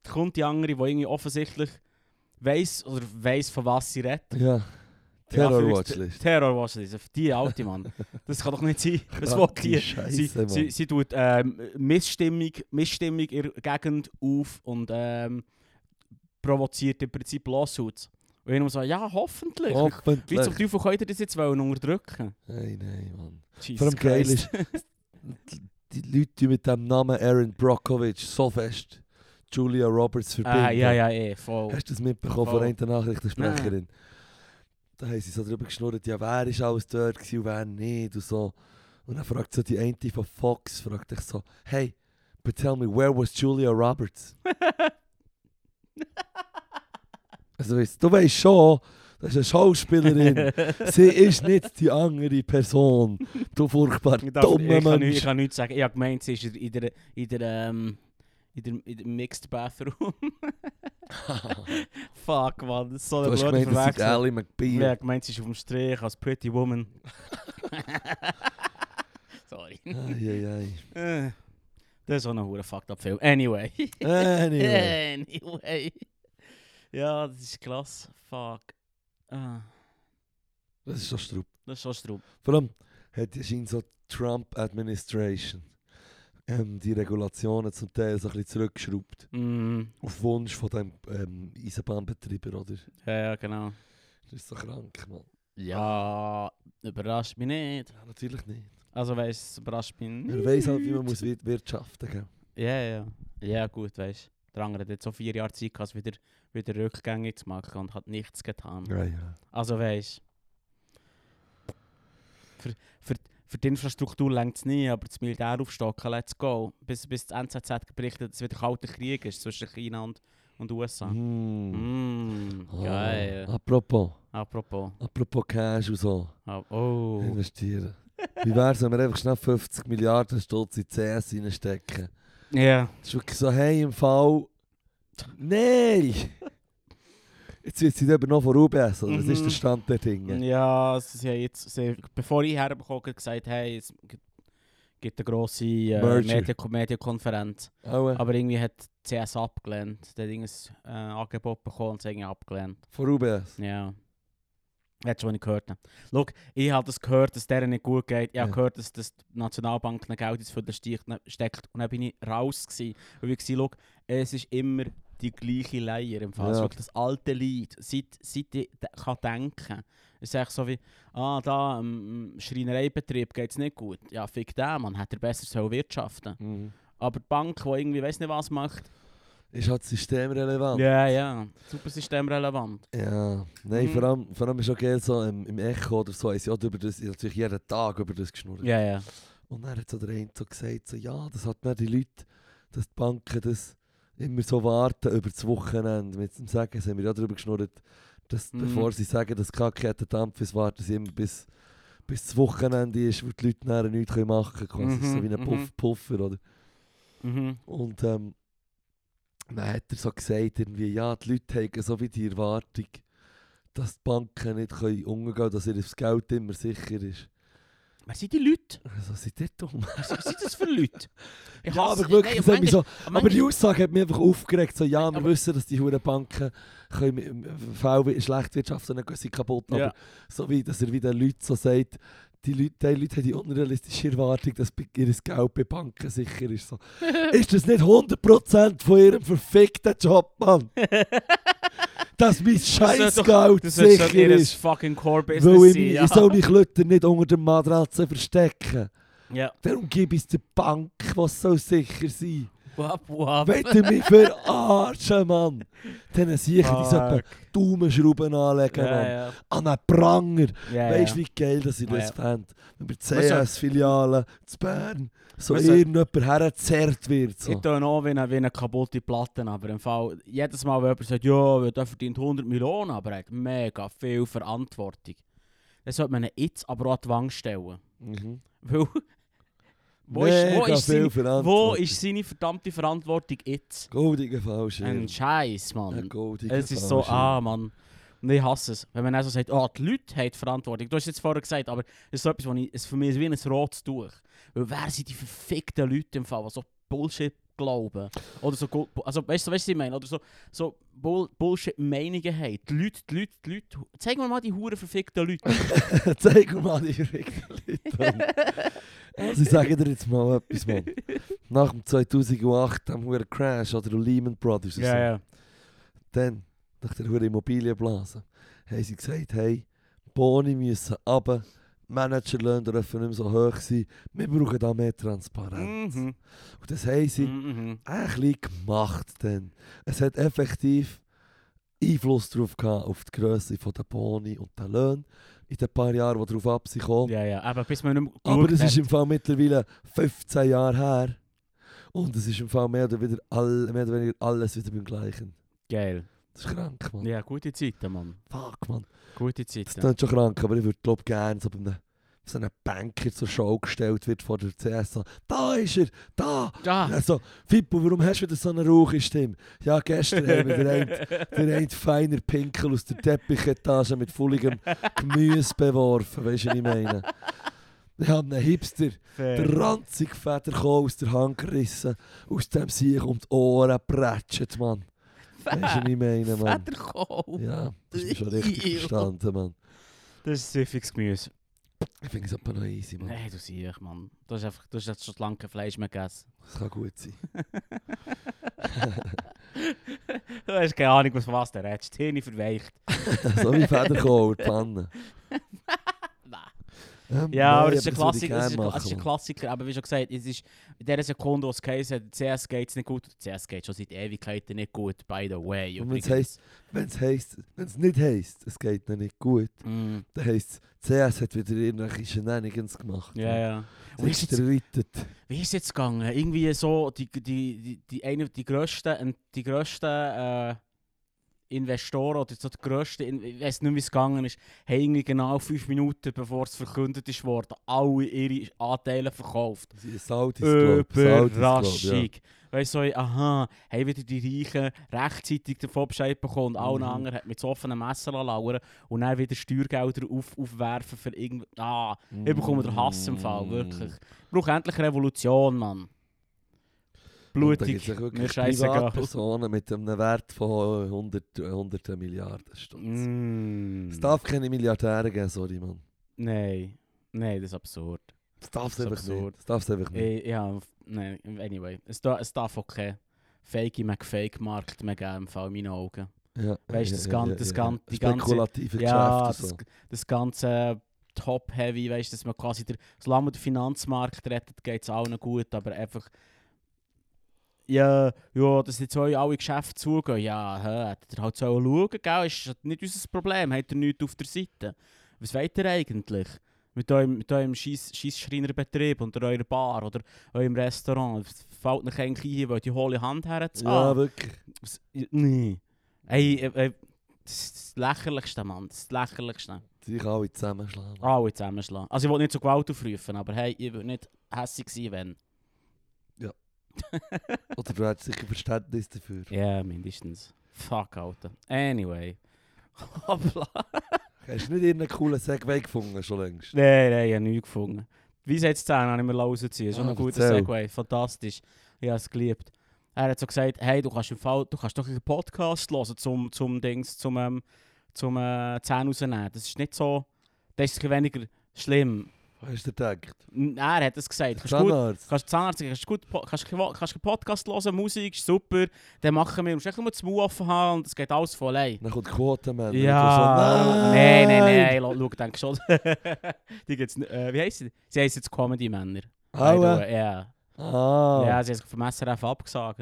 A: da kommt die andere, die irgendwie offensichtlich weiss oder weiss, von was sie redet.
B: Ja. Terror-Watchlist.
A: Terrorwatchlist, auf die alte Mann. Das kann doch nicht sein. Was
B: Kranke
A: will die?
B: Scheisse,
A: Sie,
B: Mann.
A: sie, sie tut ähm, Missstimmung, Missstimmung in der Gegend auf und ähm, provoziert im Prinzip Lawsuits. Und ich muss sagen, ja, hoffentlich. Wie zum
B: Hoffentlich.
A: Teufel könnt ihr das jetzt wollen unterdrücken?
B: Nein, nein, Mann.
A: Jesus
B: Vor allem geil
A: Christ.
B: ist, die Leute die mit dem Namen Aaron Brockovich so fest Julia Roberts verbinden.
A: Ah, ja, ja, eh, voll.
B: Hast du das mitbekommen
A: Voll.
B: von einer Nachrichtensprecherin? Da haben sie so drüber geschnurrt, ja, wer ist alles dort gewesen und wer nicht und so. Und dann fragt so die eine von Fox, fragt dich so, hey, but tell me, where was Julia Roberts? also weißt, du weißt schon, das ist eine Schauspielerin. sie ist nicht die andere Person. Du furchtbar
A: Ich, darf,
B: dummer
A: ich, kann, nicht-
B: Mensch.
A: ich kann nichts sagen. Ich habe gemeint, sie ist in der, in der, ähm, in der, in der Mixed Bathroom. Fuck, man, das ist so eine
B: Du hast
A: blöde
B: gemeint, das ist
A: Verwechslung.
B: Ally McBeal.
A: Ja, gemeint, sie ist auf dem Strich als Pretty Woman. Sorry.
B: Eieiei.
A: Äh, Das ist auch noch ein verdammter fucked up Film. Anyway.
B: Anyway.
A: Anyway. Ja, das ist klasse. Fuck. Ah,
B: Das ist so strupp.
A: das ist so strub.
B: Vor allem hat ja scheinbar so die Trump-Administration ähm, die Regulationen zum Teil so ein bisschen zurückgeschraubt.
A: Mm,
B: Auf Wunsch von dem ähm, Eisenbahnbetreiber, oder?
A: ja, ja, genau.
B: Das ist so krank, Mann.
A: Ja, überrascht mich nicht.
B: Ja, natürlich nicht.
A: Also weißt du, überrascht mich nicht.
B: Man weiss halt, wie man muss wir wirtschaften muss.
A: Ja, ja. Ja, gut, weißt du. Der andere hat jetzt so vier Jahre Zeit gehabt, es wieder, wieder rückgängig zu machen und hat nichts getan.
B: Ja, ja.
A: Also weisst für, für, für die Infrastruktur längt es nie, aber das Militär aufstocken, let's go. Bis, bis das NZZ berichtet, dass es wieder kalter Krieg ist zwischen China und, und USA.
B: Mm.
A: Mm.
B: Ah,
A: Geil.
B: Apropos,
A: Apropos.
B: apropos Cash und so.
A: Ah, Oh.
B: Investieren. Wie wär's, wenn wir einfach schnell 50 Milliarden Stutz in CS reinstecken?
A: Ja.
B: Das ist wirklich so, hey, im Fall. Nein! Jetzt wird sie aber noch von UBS, oder? Das ist
A: Mhm.
B: der Stand der Dinge.
A: Ja, sie haben jetzt, sie, haben- bevor ich herbekomme, gesagt, hey, es gibt- gibt eine grosse äh,
B: Merger.
A: Medien- Medienkonferenz.
B: Auch äh,
A: Aber irgendwie hat CS abgelehnt. Der hat irgendein äh, Angebot bekommen und es irgendwie abgelehnt.
B: von UBS.
A: Ja. Jetzt, was ich gehört habe. Schau, ich habe das gehört, dass der nicht gut geht. Ich habe
B: Ja.
A: gehört, dass, dass die Nationalbank ein Geld ins Viertel steckt. steckt. Und dann bin ich raus. Gewesen, weil ich gesehen habe, es ist immer die gleiche Leier im Fall. Es ist
B: Ja.
A: wirklich das alte Lied. Seit, seit ich de kann denken Es ist echt so wie, ah, da, im Schreinereibetrieb geht es nicht gut. Ja, fick den, man. Hätte er besser sollen wirtschaften
B: Mhm.
A: Aber die Bank, die irgendwie weiss nicht was macht,
B: Ist halt systemrelevant.
A: ja, ja, super systemrelevant.
B: Ja. Nein,
A: Mhm.
B: vor, allem, vor allem ist auch geil, so im, im Echo oder so, haben sie auch über das, natürlich jeden Tag über das geschnurrt.
A: Ja, ja.
B: Und dann hat so der eine so gesagt, so, ja, das hat dann die Leute, dass die Banken das immer so warten über das Wochenende. Mit dem Sagen haben wir ja darüber geschnurrt, dass
A: Mhm.
B: bevor sie sagen, dass Kacke hat, der Dampf ist, warten sie immer bis, bis das Wochenende ist, wo die Leute nachher nichts können machen können. Quasi
A: Mhm,
B: so wie ein Puff,
A: mhm.
B: Puffer, oder?
A: Mhm.
B: Und ähm, Dann hat er so gesagt, irgendwie, ja, die Leute haben so wie die Erwartung, dass die Banken nicht können umgehen können, dass ihr das Geld immer sicher ist.
A: Wer sind die Leute?
B: Also seid ihr dumm.
A: Was sind das für Leute? Ich
B: Ja,
A: hasse-
B: aber wirklich,
A: Nein,
B: das hat mich so,
A: manchmal-
B: aber die Aussage hat mich einfach aufgeregt. So, ja, wir
A: Aber-
B: wissen, dass die hohen Banken können mit- mit VW schlecht wirtschaften und dann sind kaputt.
A: Ja.
B: Aber so wie, dass er wieder Leuten so sagt, die Leute, die Leute haben die unrealistische Erwartung, dass bei- ihr Geld bei Banken sicher ist. So. ist das nicht 100% von ihrem verfickten Job, Mann? dass mein
A: Das soll doch-
B: Scheißgeld
A: Das ist
B: sicher
A: ihr
B: ist.
A: fucking Core-Business
B: Weil
A: sein.
B: ich,
A: Ja.
B: ich soll mich Leute nicht unter der Matratze verstecken.
A: ja.
B: Darum gebe ich es der Bank, was soll sicher sein.
A: Wap, wap.
B: Wollt ihr mich verarschen, Mann? Dann sicher die so etwa Daumenschrauben anlegen,
A: Ja,
B: Mann.
A: ja.
B: An einen Pranger.
A: Ja,
B: Weißt du,
A: ja.
B: wie geil dass ich das
A: Ja.
B: fände? Wenn bei
A: Man soll-
B: CS-Filialen zu Bern so
A: Man soll-
B: irgendjemand hergezerrt wird.
A: Ich
B: So.
A: tue auch wie eine, wie eine kaputte Platte, aber im Fall, jedes Mal, wenn jemand sagt, ja, der verdient 100 Millionen, aber er hat mega viel Verantwortung, dann sollte man ihn jetzt aber auch an die Wand stellen.
B: Mhm.
A: Weil, wo, ist, wo,
B: Mega
A: ist seine,
B: viel Verantwortung.
A: wo ist seine verdammte Verantwortung jetzt?
B: Goldiger Fallschirm.
A: Ein Scheiß, Mann.
B: Ein goldiger
A: Es ist so,
B: Fallschirm.
A: ah Mann. Und ich hasse es. Wenn man dann so sagt, ah, die Leute haben die Verantwortung. Du hast es jetzt vorher gesagt, aber es ist so etwas, was ich, es für mich ist wie ein rotes Tuch. Weil wer sind die verfickten Leute im Fall, die so Bullshit dus glauben? Oder so, Gu- also weißt du, weißt du, was ich meine? Oder so, so dus Bull Bullshit-Meinungen haben. Die Leute, die Leute, die Leute. Zeig mir mal die Huren verfickten Leute.
B: Zeig mir mal die verrückten Leute. Also ich sage dir jetzt mal etwas, Mann. Nach dem 2008, dem huere Crash oder Lehman Brothers. und so. Dann, nach der hohen Immobilienblase, haben sie gesagt, hey, Boni müssen runter, Managerlöhne dürfen nicht mehr so hoch sein, wir brauchen da mehr Transparenz.
A: Mhm.
B: Und das haben sie
A: Mhm.
B: ein bisschen gemacht dann. Es hat effektiv Einfluss darauf gehabt, auf die Grösse der Boni und der Löhne in den paar Jahren, die darauf ab sind gekommen.
A: Ja, Ah, ja. Aber bis man nicht mehr
B: Aber
A: geschaut
B: das ist
A: hat.
B: im Fall mittlerweile 15 Jahre her. Und es ist im Fall mehr oder, wieder all, mehr oder weniger alles wieder beim Gleichen.
A: Geil.
B: Das ist krank, Mann.
A: Ja, gute Zeiten, Mann.
B: Fuck, Mann.
A: Gute
B: Das
A: Zeiten.
B: klingt schon krank, aber ich würde glaube gerne so bei einem, so einem Banker zur Show gestellt wird vor der CS. So, da ist er, da!
A: Ja.
B: Also, Fippo, warum hast du wieder so eine rauchige Stimme? Ja, gestern haben wir den einen, den einen feiner Pinkel aus der Teppichetage mit fulligem Gemüse beworfen, weißt du, was ich meine? Wir haben einen Hipster,
A: Fair.
B: der ranzig Federkohl aus der Hand gerissen, aus dem Sieg um die Ohren prätschet, Mann. Weißt du, was ich meine, Mann?
A: Federkohl.
B: Ja, das ist mir schon richtig
A: Ew.
B: verstanden, Mann.
A: Das ist süffiges Gemüse.
B: Ich finde es aber noch easy, Mann.
A: Nein, du siehst, Mann. Du hast, einfach, du hast jetzt schon lange kein Fleisch mehr gegessen.
B: Das kann gut sein.
A: Du hast keine Ahnung, was von was der redest. Die Hirne verweicht.
B: so wie Federkohl, die Pfanne. Ähm,
A: Ja, aber
B: nein,
A: das ist ein
B: würde ich
A: Klassiker. Das ist,
B: gerne
A: ein- das ist ein
B: machen,
A: Klassiker. Aber wie schon gesagt, es ist in der Sekunde, wo es geheißen hat, CS geht es nicht gut. CS geht schon seit Ewigkeiten nicht gut, by the way.
B: Und wenn es
A: übrigens.
B: heisst- Wenn es heisst, wenn es nicht heisst, es geht noch nicht gut,
A: Mm,
B: dann heisst es, CS hat wieder irgendwelche Shenanigans gemacht.
A: Ja, ja.
B: Sie
A: Wie
B: ist
A: ist, jetzt,
B: streitet.
A: wie ist jetzt gegangen? Irgendwie so, die, die, die, die, eine, die grössten, die grössten äh, Investoren oder so die grössten, In- ich weiß nicht, wie es gegangen ist, haben irgendwie genau fünf Minuten, bevor es verkündet ist worden, alle ihre Anteile verkauft.
B: Sie ist Saudis, glaub ich. Saudis, glaub ich,
A: Überraschung. Weißt du, so, aha, haben wieder die Reichen rechtzeitig davon Bescheid bekommen und allen
B: Mhm.
A: anderen hat mit so offenen Messer lauern und dann wieder Steuergelder auf, aufwerfen für irgendwie. Ah,
B: Ja.
A: ich bekomme den Hass im
B: Mm.
A: Fall, wirklich. Ich brauche endlich Revolution, Mann.
B: Und da gibt's
A: Blutig,
B: auch
A: mir
B: wirklich
A: scheißegal.
B: Privatpersonen mit einem Wert von 100, 100 Milliarden Stutz.
A: Mm.
B: Es darf keine Milliardäre geben, sorry, Mann.
A: Nein, nein, das ist absurd.
B: Es darf es
A: Das ist
B: einfach
A: absurd.
B: nicht. Es darf es einfach nicht.
A: Ich, ja, f- nein, anyway. Es, da, es darf auch keinen fake McFake markt mehr geben, im Fall in meinen Augen.
B: Ja,
A: Weißt
B: ja,
A: du, das
B: ja,
A: gan-
B: ja,
A: das
B: ja.
A: gan- die ganze-
B: Spekulative
A: Ja,
B: Geschäfte.
A: das, das ganze Top-Heavy, weißt du, dass man quasi, der, solange man den Finanzmarkt rettet, geht es allen gut, aber einfach, ja, ja, dass jetzt euch alle Geschäfte zugehen, ja, hä, hättet ihr halt sollen schauen, gell, ist nicht unser Problem, habt ihr nichts auf der Seite. Was wollt ihr eigentlich? Mit eurem, mit eurem Scheissschreinerbetrieb und eurer Bar oder eurem Restaurant, fällt euch eigentlich ein, hier wollt ihr hohle Hand
B: so.
A: herzahlen?
B: Ja, wirklich.
A: Was- ja, Nee. Ey, Ah. äh, äh, das ist das Lächerlichste, Mann. Das ist das Lächerlichste.
B: Die kann alle zusammenschlagen.
A: Alle zusammenschlagen. Also ich will nicht so Gewalt aufrufen, aber hey, ich würde nicht hässlich sein, wenn.
B: Ja. Oder du hättest sicher Verständnis dafür.
A: Ja, mindestens. Fuck, Alter. Anyway. Hoppla.
B: Hast du nicht irgendeinen coolen Segway gefunden schon längst?
A: Nein, nein, ich habe nichts gefunden. Wie sagt es habe ich mir rausziehen. So
B: Ah,
A: ein guter
B: erzähl.
A: Segway, fantastisch. Ich habe es geliebt. Er hat so gesagt, hey, du kannst, im Fall, du kannst doch einen Podcast hören zum, zum Dings, zum, ähm, zum äh, Zähne rausnehmen. Das ist nicht so, das ist ein bisschen weniger schlimm.
B: Hast du dir gedacht?
A: N- Er hat es gesagt. Kannst gut,
B: Zahnarzt?
A: kannst Zahnarzt, kannst gut, po- kannst, kannst, kannst Podcast hören, Musik ist super. Dann machen wir, musst einfach nur das Mund offen haben und es geht alles von allein.
B: Dann kommt Quotenmann.
A: Ja,
B: Und du so,
A: nein, nein, nein, lo- schau, denk schon. die gibt's, n- äh, wie heisst sie? Sie heisst jetzt Comedy-Männer. By the
B: Aua.
A: way, Ja,
B: äh. Ah.
A: Ja, sie hat sich vom SRF abgesagt.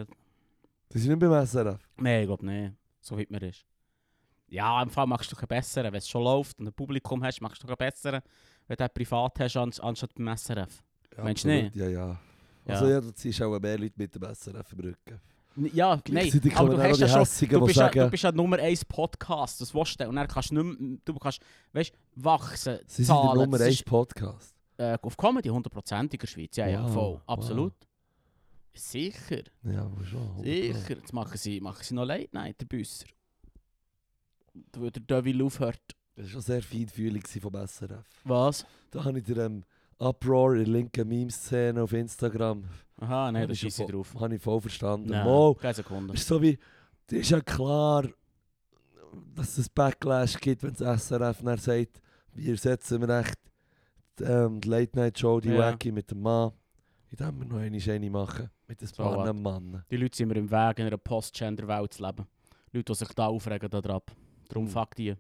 B: Die sind nicht beim SRF.
A: Nein, ich glaube nicht, so weit man ist. Ja, im Fall machst du doch einen besseren, wenn es schon läuft und ein Publikum hast, machst du doch einen besseren, wenn du einen privat hast, ans- anstatt beim SRF.
B: Ja,
A: Meinst du
B: absolut.
A: nicht?
B: Ja, ja.
A: Ja.
B: Also ja, da ziehst auch mehr Leute mit dem SRF im Rücken.
A: N- Ja, nein,
B: Gleichzeitig
A: aber
B: kommen
A: du
B: dann auch
A: hast ja
B: die
A: schon...
B: Hässigen,
A: Du
B: die
A: bist, ja, du
B: sagen,
A: bist ja Nummer 1 Podcast, das willst du. Und dann kannst du nicht mehr, du kannst, weißt, wachsen,
B: sie sind der
A: zahlen.
B: Nummer
A: das ist-
B: 1 Podcast.
A: Äh, auf Comedy 100% in der Schweiz, ja, ja,
B: Wow,
A: voll,
B: wow.
A: absolut. Sicher,
B: Ja, aber schon.
A: sicher. Jetzt machen sie, machen sie noch Late Night, der Büsser. Da würde der Devil aufhört.
B: Das war schon sehr feinfühlig gewesen vom SRF.
A: Was?
B: Da habe ich dir ähm, Uproar in der linken Meme-Szene auf Instagram.
A: Aha, nein,
B: Hab
A: da
B: ich schon
A: schieße ich
B: voll-
A: drauf.
B: Habe ich voll verstanden.
A: Nein,
B: Mal,
A: keine Sekunde.
B: ist so wie, das ist ja klar, dass es Backlash gibt, wenn das SRF dann sagt, wir ersetzen wir echt die, ähm, die Late-Night-Show, die
A: Ja.
B: Wacky mit dem Mann, indem wir noch einmal eine machen. Mit ein
A: So
B: paar
A: was.
B: anderen Mann.
A: Die Leute sind mir im Weg, in einer Postgender-Welt zu leben. Leute, die sich da aufregen, da drauf. Darum
B: Hm.
A: fuck die.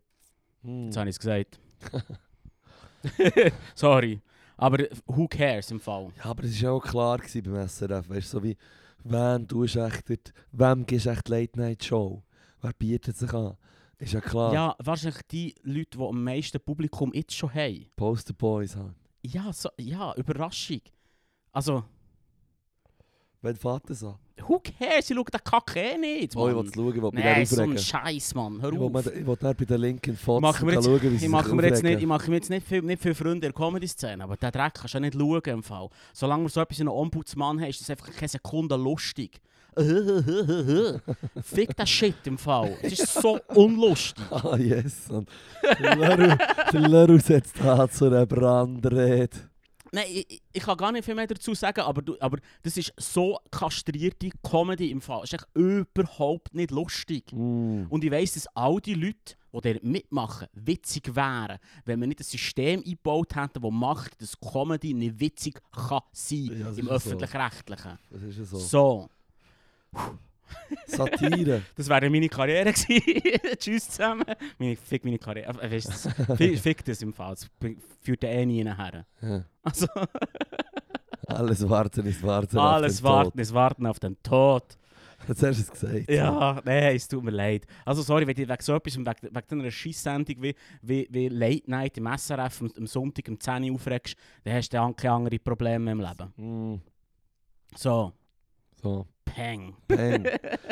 B: Hm.
A: Jetzt habe ich es gesagt. Sorry. Aber who cares im Fall?
B: Ja, aber es war auch klar gewesen beim SRF, weißt du, so wie, wem tust du echt, dort- wem gibst du echt die Late-Night-Show? Wer bietet sich an? Ist ja klar,
A: Ja, wahrscheinlich die Leute, die am meisten Publikum jetzt schon haben.
B: Poster Boys halt.
A: Ja, so, ja, Überraschung. Also,
B: Wenn Vater so.
A: who cares? Ich schaue den Kack eh nicht,
B: Oh, ich
A: Mann.
B: will schauen, was mich
A: Nein,
B: nee,
A: so ein
B: aufregen.
A: Scheiß, Mann. Hör
B: Ich will,
A: auf.
B: mir- ich will dann bei den linken Fotzen
A: Machen wir jetzt-
B: schauen, wie sie
A: Ich
B: sich
A: mache mir jetzt
B: aufregen.
A: nicht, ich mache mir jetzt nicht viel, nicht viel Freunde in der Comedy-Szene, aber den Dreck kannst du ja nicht schauen im Fall. Solange wir so etwas in einem Ombudsmann haben, ist das einfach keine Sekunde lustig. Fick das Shit im Fall. Es ist so unlustig.
B: Ah, yes. Und der Leru- der Leru setzt da zu einer Brandrede.
A: Nein, ich, ich- ich kann gar nicht viel mehr dazu sagen, aber, du, aber das ist so kastrierte Comedy im Fall. Es ist echt überhaupt nicht lustig.
B: Mm.
A: Und ich weiss, dass all die Leute, die dort mitmachen, witzig wären, wenn wir nicht ein System eingebaut hätten, das macht, dass Comedy nicht witzig kann sein
B: Ja, das
A: im
B: ist so.
A: Öffentlich-Rechtlichen.
B: Das ist ja
A: So.
B: so. Satire.
A: Das wäre meine Karriere gewesen. Tschüss zusammen. Meine, fick meine Karriere. Äh, weisst du, fick, fick das im Fall. Das bringt- führt eh nie her.
B: Ja.
A: Also,
B: Alles warten ist warten. auf
A: alles
B: den
A: warten ist warten auf den Tod.
B: Tod. Jetzt hast du es gesagt.
A: Ja, nein, es tut mir leid. Also sorry, wenn ich wegen so etwas, und wegen, wegen einer Scheiss-Sendung wie, wie, wie Late Night im SRF am, am Sonntag um 10 Uhr aufregst, dann hast du dann keine anderen Probleme im Leben.
B: Mm.
A: So,
B: So.
A: peng.
B: Bang.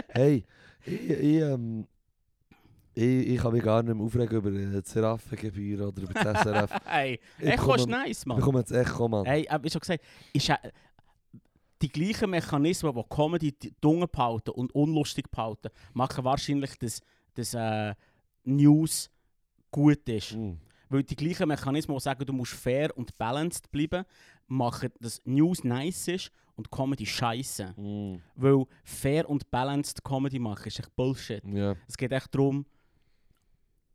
B: hey, ich, ich, ähm, ich, ich kann mich gar nicht mehr aufregen über äh, die Seraphengebühr oder über das SRF.
A: Hey,
B: Ich
A: Echo ist
B: komme-
A: nice,
B: Ich
A: Mann.
B: bekomme jetzt Echo, Mann.
A: Hey, äh, wie schon gesagt, ist äh, die gleichen Mechanismen, die Comedy die dunkel behalten und unlustig behalten, machen wahrscheinlich, dass, dass äh, News gut ist.
B: Mm.
A: Weil die gleichen Mechanismen, die sagen, du musst fair und balanced bleiben, machen, dass News nice ist und Comedy scheiße.
B: Mm.
A: Weil fair und balanced Comedy machen ist echt Bullshit.
B: Ja.
A: Es geht echt darum,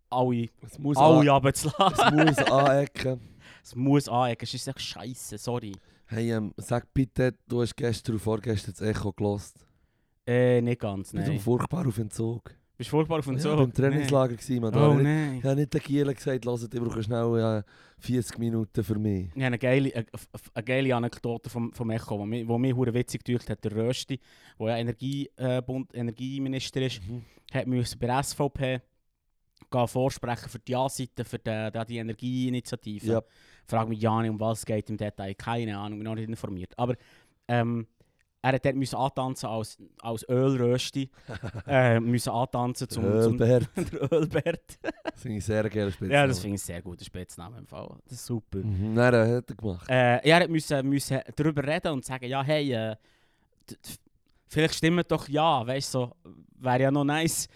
A: alle,
B: Es muss,
A: alle
B: an,
A: runterzulassen.
B: es muss anecken.
A: Es muss anecken, es ist echt scheiße, sorry.
B: Hey, ähm, sag bitte, du hast gestern und vorgestern das Echo gelost.
A: Äh, nicht ganz,
B: Ich bin
A: nein.
B: furchtbar auf Entzug.
A: Bist du furchtbar auf dem
B: ich
A: Zug?
B: war im Trainingslager, gewesen,
A: Nee.
B: Mann.
A: Oh
B: ich,
A: nein.
B: ich habe nicht den Gielen gesagt, hört, ich brauche schnell äh, 40 Minuten für mich.
A: Ich habe eine geile, eine, eine geile Anekdote vom, vom Echo, die mich, die mich hure witzig gedacht hat. Der Rösti, der ja Energie, äh, Bund, Energieminister ist,
B: Mhm.
A: hat müssen bei der SVP gehen vorsprechen für die Ja-Seite, für die, die, die Energieinitiative.
B: Ja.
A: Frag mich ja nicht, um was es geht im Detail. Keine Ahnung, bin noch nicht informiert. Aber ähm, er hat dort müssen antanzen als, als Ölrösti. äh, müssen antanzen zum, zum
B: Ölbert.
A: der Ölbert.
B: Das finde ich sehr gerne Spitzname.
A: Ja, das finde ich ein sehr guter Spitzname im Fall. Das ist super.
B: Mhm. Nein, das hat er gemacht.
A: Äh, ja, er musste, musste darüber reden und sagen, ja, hey, äh, d- d- vielleicht stimmt doch ja, weißt du, so, wäre ja noch nice.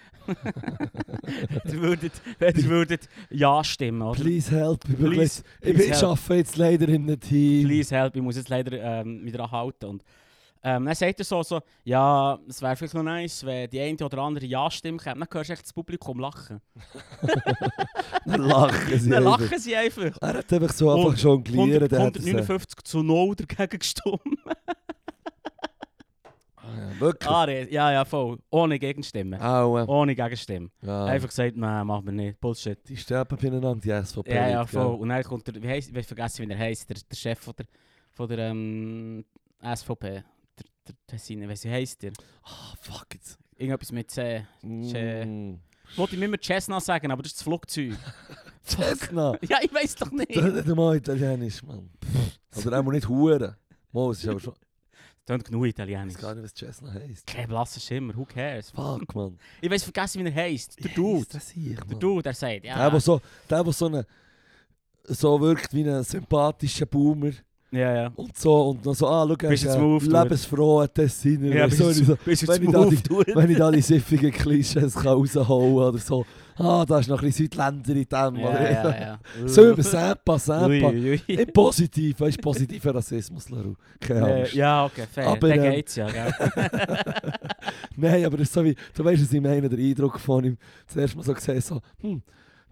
A: ihr würdet, wenn ihr würdet ja stimmen, oder?
B: Please help. Ich, bin
A: Please,
B: jetzt- ich,
A: please
B: bin- ich
A: help.
B: arbeite jetzt leider in einem Team.
A: Please help, ich muss jetzt leider ähm, mich daran halten. Und, ähm, dann sagt er so, so ja, es wäre vielleicht noch nice, wenn die eine oder andere Ja-Stimme käme. Dann hörst du echt das Publikum lachen.
B: Dann lachen sie
A: Dann
B: einfach.
A: lachen sie einfach.
B: Er hat einfach so einfach
A: Und
B: jonglieren.
A: 100,
B: der hat das-
A: 159 zu 0 dagegen gestimmt.
B: Ah, ja, Wirklich?
A: ah, Oh, nee, ja, ja, voll. Ohne Gegenstimme.
B: Aua.
A: Ohne Gegenstimme.
B: Ja.
A: Einfach gesagt, nein, machen wir nicht. Bullshit.
B: Die sterben beieinander, die SVP.
A: Ja, ja,
B: Leute,
A: voll. Und dann kommt der, wie heisst, ich vergessen, wie er heisst, der, der Chef von der, von der ähm, SVP. Der, der Tessiner, weiss ich, heisst der?
B: gell? Ah, fuck it.
A: Irgendetwas mit C. Tschä.
B: Mm.
A: Wollte ich immer Cessna sagen, aber das ist das Flugzeug.
B: Cessna.
A: ja, ich weiß doch nicht.
B: Das ist mal italienisch, Mann. Oder einmal nicht Huren. Mo, es ist aber schon.
A: Tönt genug
B: Ich
A: Italienisch.
B: weiß gar nicht, was Cessna heisst.
A: Kein blasser Schimmer, who cares?
B: Fuck, Mann.
A: Ich weiß vergessen, wie er heisst. Der
B: Wie heisst
A: Dude.
B: Das hier,
A: Der
B: Mann.
A: Dude, der sagt, ja.
B: Der, der so, der, der so, eine, so wirkt eh, wie ein sympathischer Boomer.
A: Ja, ja.
B: Und so, und dann so, ah, schau, er
A: Bist
B: ist ein
A: du jetzt mal auf, Dude?
B: lebensfroher Tessiner.
A: Ja,
B: so,
A: bist
B: und ich so,
A: du- bist du
B: wenn
A: jetzt
B: ich da
A: auf,
B: die-
A: Dude?
B: wenn ich da die siffigen Klischees kann rausholen oder so. Ah, da ist noch ein bisschen Südländer in dem.
A: Ja,
B: oder?
A: ja, ja.
B: Silber, Säpa,
A: Ui,
B: Säpa.
A: ui, ui.
B: Nicht positiv, weißt du, positiver Rassismus, Laru. Keine
A: Äh,
B: Angst.
A: Ja, okay, fair.
B: Aber,
A: Dann
B: ähm,
A: geht's ja, gell?
B: Nein, aber das ist so wie, du weißt, was ich meine, der Eindruck von ihm. Zuerst mal so gesehen, so, hm,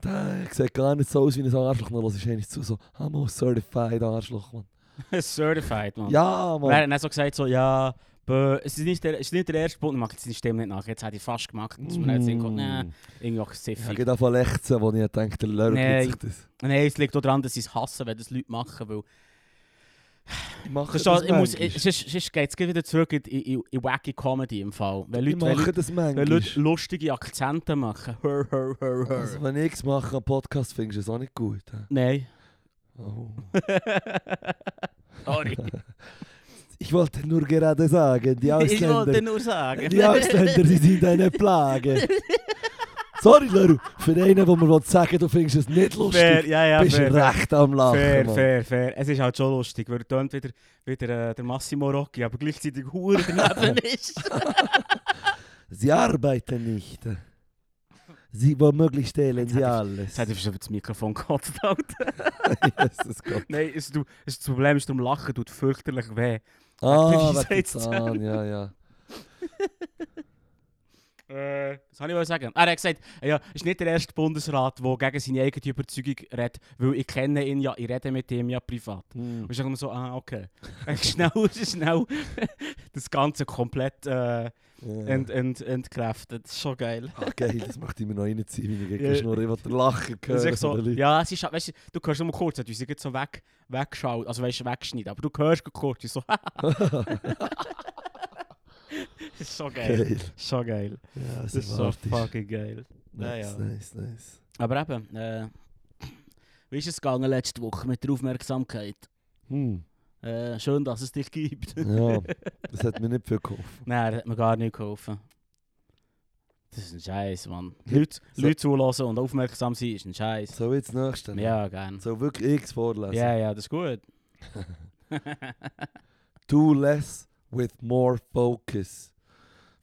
B: der sieht gar nicht so aus wie ein Arschloch, dann hörst du eigentlich zu, so, I'm a certified Arschloch, Mann.
A: Certified, Mann.
B: Ja,
A: Und er
B: Mann.
A: hat dann so gesagt, so, ja, bö, es ist nicht der, es ist nicht der erste Punkt, ich mag jetzt seine Stimme nicht nach. Jetzt hat ich fast gemacht, dass man
B: Mm.
A: jetzt denkt, nein, irgendwie auch
B: Ich habe
A: siffig.
B: davon lächeln, wo ich dachte, der Laru
A: Nein.
B: gibt sich das.
A: Nein, es liegt auch daran, dass sie es hassen, wenn das Leute machen, weil...
B: Ich mache
A: Verstehst
B: das
A: du, ich muss,
B: manchmal.
A: ich, sonst, sonst geht es wieder zurück in, in, in, in wacky Comedy im Fall. Wenn
B: Ich
A: Leute, wenn
B: mache
A: Leute,
B: das
A: wenn
B: manchmal.
A: Leute lustige Akzente machen. Hör, hör, hör, hör.
B: Also, wenn ich es mache, einen Podcast, findest du es auch nicht gut. hä?
A: Nein.
B: Oh.
A: Sorry.
B: Ich wollte nur gerade sagen, die
A: ich wollte
B: Ausländer,
A: nur sagen.
B: die Ausländer sie sind eine Plage. Sorry, Leru, für einen, wo man sagen du findest es nicht lustig,
A: fair, ja, ja,
B: bist
A: fair.
B: du recht am Lachen.
A: Fair,
B: Mann.
A: fair, fair. Es ist halt schon lustig, weil er tönt wieder, wieder äh, der Massimo Rocchi, aber gleichzeitig Hure daneben ist.
B: Sie arbeiten nicht. Sie womöglich stehlen
A: Jetzt
B: sie
A: hat er-
B: alles.
A: Jetzt hat er schon über das Mikrofon gekotzt. Alter.
B: Jesus Gott.
A: Nein, es, du, es, das Problem ist, darum lachen tut fürchterlich weh.
B: Ah,
A: Hat er gesagt.
B: Vatikan, ja, ja.
A: Äh, was soll ich wohl sagen? Er hat gesagt, ja, ist nicht der erste Bundesrat, der gegen seine eigene Überzeugung redet, weil ich kenne ihn ja, ich rede mit ihm ja privat.
B: Hm.
A: Und ich immer so, ah, okay. Eigentlich schnell, schnell das Ganze komplett äh,
B: Ja.
A: ent, ent, entkräftet. Das ist schon geil.
B: Ah, geil, das möchte ich mir noch reinziehen, wenn ich gegen
A: Ja.
B: yeah. Schnurren, ich will den Lachen hören.
A: Das ist echt so,
B: von den Leuten.
A: ja, es ist, halt- weißt du, du hörst nur kurz, hat uns irgendwie so weg, weggeschaut, also weißt du, weggeschnitten, aber du hörst gerade kurz, so, das ist so geil.
B: Geil.
A: Schon geil.
B: Ja,
A: Das ist so fucking geil. Ja,
B: Nice,
A: ja.
B: nice, nice.
A: Aber eben, äh, wie ist es gegangen letzte Woche mit der Aufmerksamkeit?
B: Hm.
A: Äh, schön, dass es dich gibt.
B: Ja, das hat mir nicht viel geholfen.
A: Nein, das hat mir gar nicht geholfen. Das ist ein Scheiß, Mann.
B: Ja,
A: Leute,
B: so-
A: Leute zulassen und aufmerksam sein ist ein Scheiß.
B: So, jetzt das nächste. ne?
A: Ja, gern.
B: So, wirklich ich vorlesen.
A: Ja, ja, das ist gut.
B: Do less with more focus.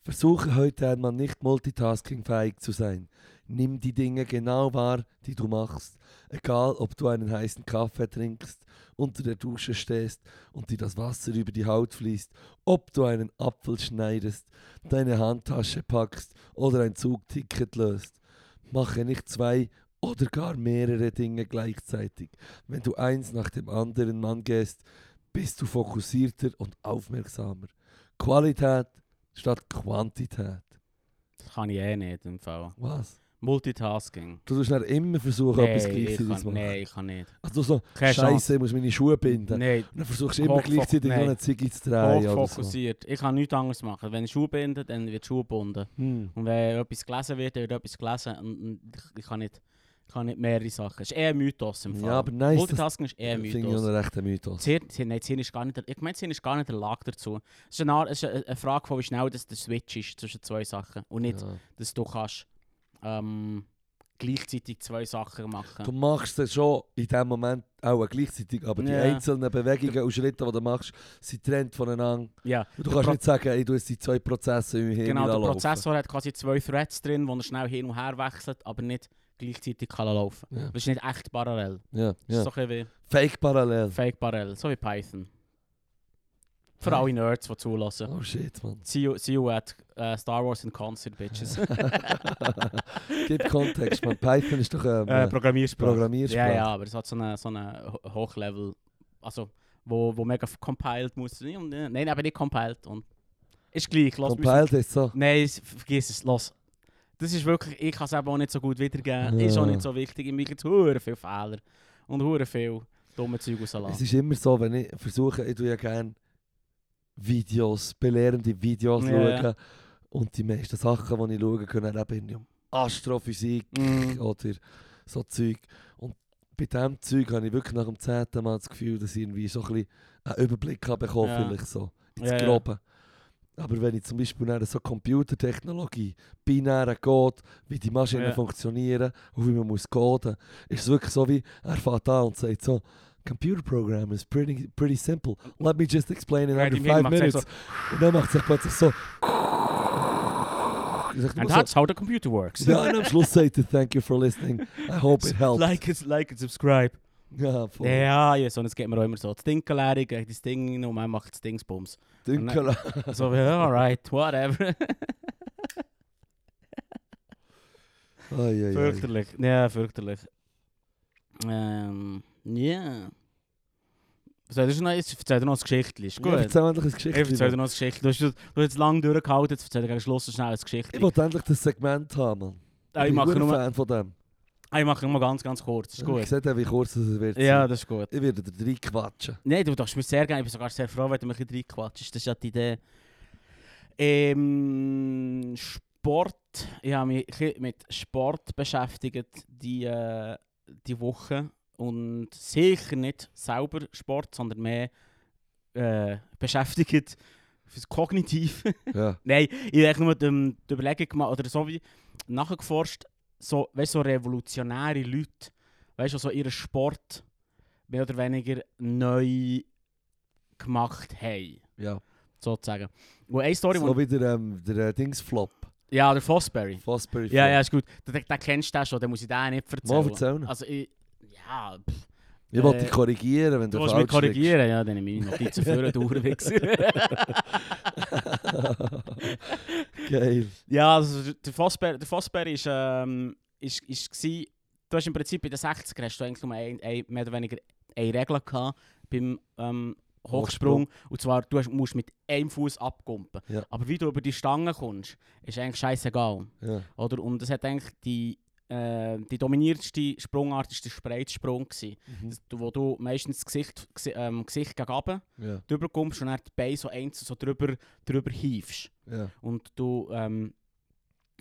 B: Versuche heute einmal nicht multitaskingfähig zu sein. Nimm die Dinge genau wahr, die du machst. Egal, ob du einen heißen Kaffee trinkst, unter der Dusche stehst und dir das Wasser über die Haut fließt, ob du einen Apfel schneidest, deine Handtasche packst oder ein Zugticket löst. Mache nicht zwei oder gar mehrere Dinge gleichzeitig. Wenn du eins nach dem anderen angehst, bist du fokussierter und aufmerksamer. Qualität statt Quantität.
A: Das kann ich eh nicht im Fall.
B: Was?
A: Multitasking.
B: Du musst dann immer versuchen, etwas
A: Nein, ich
B: gleichzeitig zu
A: kann,
B: machen.
A: nee, ich kann nicht.
B: Also du so,
A: Keine
B: Scheiße, ich muss meine Schuhe binden.
A: Nein,
B: Und dann versuchst du immer
A: Hochfok-
B: gleichzeitig noch
A: nein.
B: eine Ziege zu drehen. Oder so.
A: hochfokussiert. Ich kann nichts anderes machen. Wenn ich Schuhe binde, dann wird Schuhe gebunden.
B: Hm.
A: Und wenn etwas gelesen wird, dann wird etwas gelesen. Und, und ich, ich, kann nicht, ich kann nicht mehrere Sachen. Es ist eher ein Mythos im Fall.
B: Ja, aber nice,
A: Multitasking ist eher ein
B: Finde ich noch
A: Mythos.
B: einen rechten Mythos.
A: Zir- Zir- nein, Zirn ist gar nicht der, ich meine, Zirn ist gar nicht der Lag dazu. Es ist eine, Art- es ist eine, eine Frage, von wie schnell das der Switch ist zwischen zwei Sachen. Und nicht,
B: Ja.
A: dass du kannst ähm, gleichzeitig zwei Sachen machen.
B: Du machst es schon in dem Moment auch gleichzeitig, aber die
A: Ja.
B: einzelnen Bewegungen und Schritte, die du machst, sind trennt voneinander.
A: ja.
B: Und du
A: Der
B: kannst
A: Pro-
B: nicht sagen, ey, du hast die zwei Prozesse im Hirn
A: Genau, der
B: laufen.
A: Prozessor hat quasi zwei Threads drin, die er schnell hin und her wechselt, aber nicht gleichzeitig kann laufen.
B: Ja.
A: Das ist nicht echt parallel.
B: Ja,
A: Das
B: ja.
A: ist so ein bisschen
B: Fake parallel.
A: wie Fake parallel, so wie Python. Für
B: Ja.
A: alle Nerds, die zulassen.
B: Oh shit, man.
A: See you, see you at äh, Star Wars in Concert, Bitches.
B: Gib Kontext, man. Python ist doch ähm,
A: äh, Programmiersprache.
B: Programmiersprache.
A: Ja, ja, aber es hat so einen so eine Ho- Hochlevel, also wo, wo mega compiled muss. äh, Nein, aber nicht compiled. Und ist gleich, lass mich-
B: Compiled ist so.
A: Nein, s- vergiss es, los. Das ist wirklich, ich kann es eben auch nicht so gut wiedergeben.
B: Ja.
A: Ist auch nicht so wichtig. Ich mache hure viele Fehler und hure viel dumme Zeug
B: Es
A: rauslassen.
B: ist immer so, wenn ich versuche, ich tue ja gerne Videos, belehrende Videos
A: Ja,
B: schauen. Und die meisten Sachen, die ich schaue, können eben irgendwie um Astrophysik
A: Mm.
B: oder so Zeug. Und bei diesem Zeug habe ich wirklich nach dem zehnten Mal das Gefühl, dass ich irgendwie so ein bisschen einen Überblick habe bekommen,
A: Ja.
B: vielleicht so, ins
A: Ja, ja.
B: Grobe. Aber wenn ich zum Beispiel dann so Computertechnologie, binären Code, wie die Maschinen
A: Ja.
B: funktionieren und wie man muss coden, ist es wirklich so wie, er fährt an und sagt so, Computer program is pretty, pretty simple. Let me just explain in
A: Ja,
B: under
A: die
B: five
A: macht es
B: minutes.
A: so-
B: Und dann macht es sich plötzlich so. Ich sag nur
A: And
B: so,
A: that's how the computer works.
B: ja, und am Schluss sagt er, thank you for listening. I hope it helped.
A: Like and like and subscribe.
B: ja, voll.
A: Ja, ja, so, und es geht mir auch immer so. Das Ding leerig, das Ding rein und man oh, macht das Dingsbums.
B: Dünkel.
A: So, ja, alright, whatever.
B: Ai, ai, ai.
A: fürchterlich. Ja, fürchterlich. Ähm, ja. Soll ich noch, jetzt erzähl dir noch ein Geschichtchen? Ist
B: Ja,
A: gut.
B: erzähl endlich eine Geschichte.
A: Ich erzähl dir noch eine Geschichte. Du hast, du hast jetzt lange durchgehalten, jetzt erzähl dir gegen Schluss noch schnell eine Geschichte.
B: Ich will endlich das Segment haben, Mann.
A: Ah, ich,
B: bin
A: mache
B: ein
A: nur,
B: Fan von dem.
A: ah, ich mache nur ganz, ganz kurz. Ist
B: Ich
A: gut.
B: sehe dann, wie kurz das wird.
A: Ja,
B: sein.
A: das ist gut.
B: Ich werde dir drei quatschen.
A: Nein, du darfst mir sehr gerne, ich bin sogar sehr froh, wenn du mich reinquatschst. Das ist ja die Dus Idee. Ähm, Sport. Ich habe mich ein bisschen mit Sport beschäftigt die, äh, die Woche. Und sicher nicht selber Sport, sondern mehr äh, beschäftigt fürs Kognitiv.
B: Ja.
A: Nein, ich habe nur die, ähm, die Überlegung gemacht, oder so wie nachgeforscht, so, weißt, so revolutionäre Leute, weißt du, so ihren Sport mehr oder weniger neu gemacht haben,
B: ja.
A: sozusagen. Und eine Story,
B: So
A: wo,
B: wie der, ähm, der äh, Dingsflop.
A: ja, der Fosbury.
B: Fosbury
A: Ja, ja, ist gut. Den, den kennst du den schon, den muss ich dir nicht
B: Mal
A: erzählen.
B: erzählen.
A: Also, ich, ja, pff.
B: Ich wollte
A: äh,
B: dich korrigieren, wenn
A: Du
B: du
A: willst
B: falsch
A: mich korrigieren? Ja, dann nehme ich meine Notizen für den
B: liegst. Geil.
A: Ja, also der Fossberg, der Fossberg ist, ähm, ist, ist gsi, du hast im Prinzip in den 60ern hast du eigentlich nur ein, ein, mehr oder weniger eine Regel gehabt beim ähm, Hochsprung.
B: Hochsprung.
A: Und zwar, du hast, musst mit einem Fuß abkumpen.
B: Ja.
A: Aber wie du über die Stange kommst, ist eigentlich scheißegal.
B: Ja.
A: Oder? Und das hat eigentlich die, äh, die dominierendste Sprungart ist der Spreitsprung. gsi
B: Mhm.
A: Das- Wo du meistens das Gesicht, gsi- ähm, Gesicht gegen runter
B: Ja.
A: drüber kommst und dann die Beine so einzeln so drüber, drüber hiefst.
B: Ja.
A: Und du, ähm,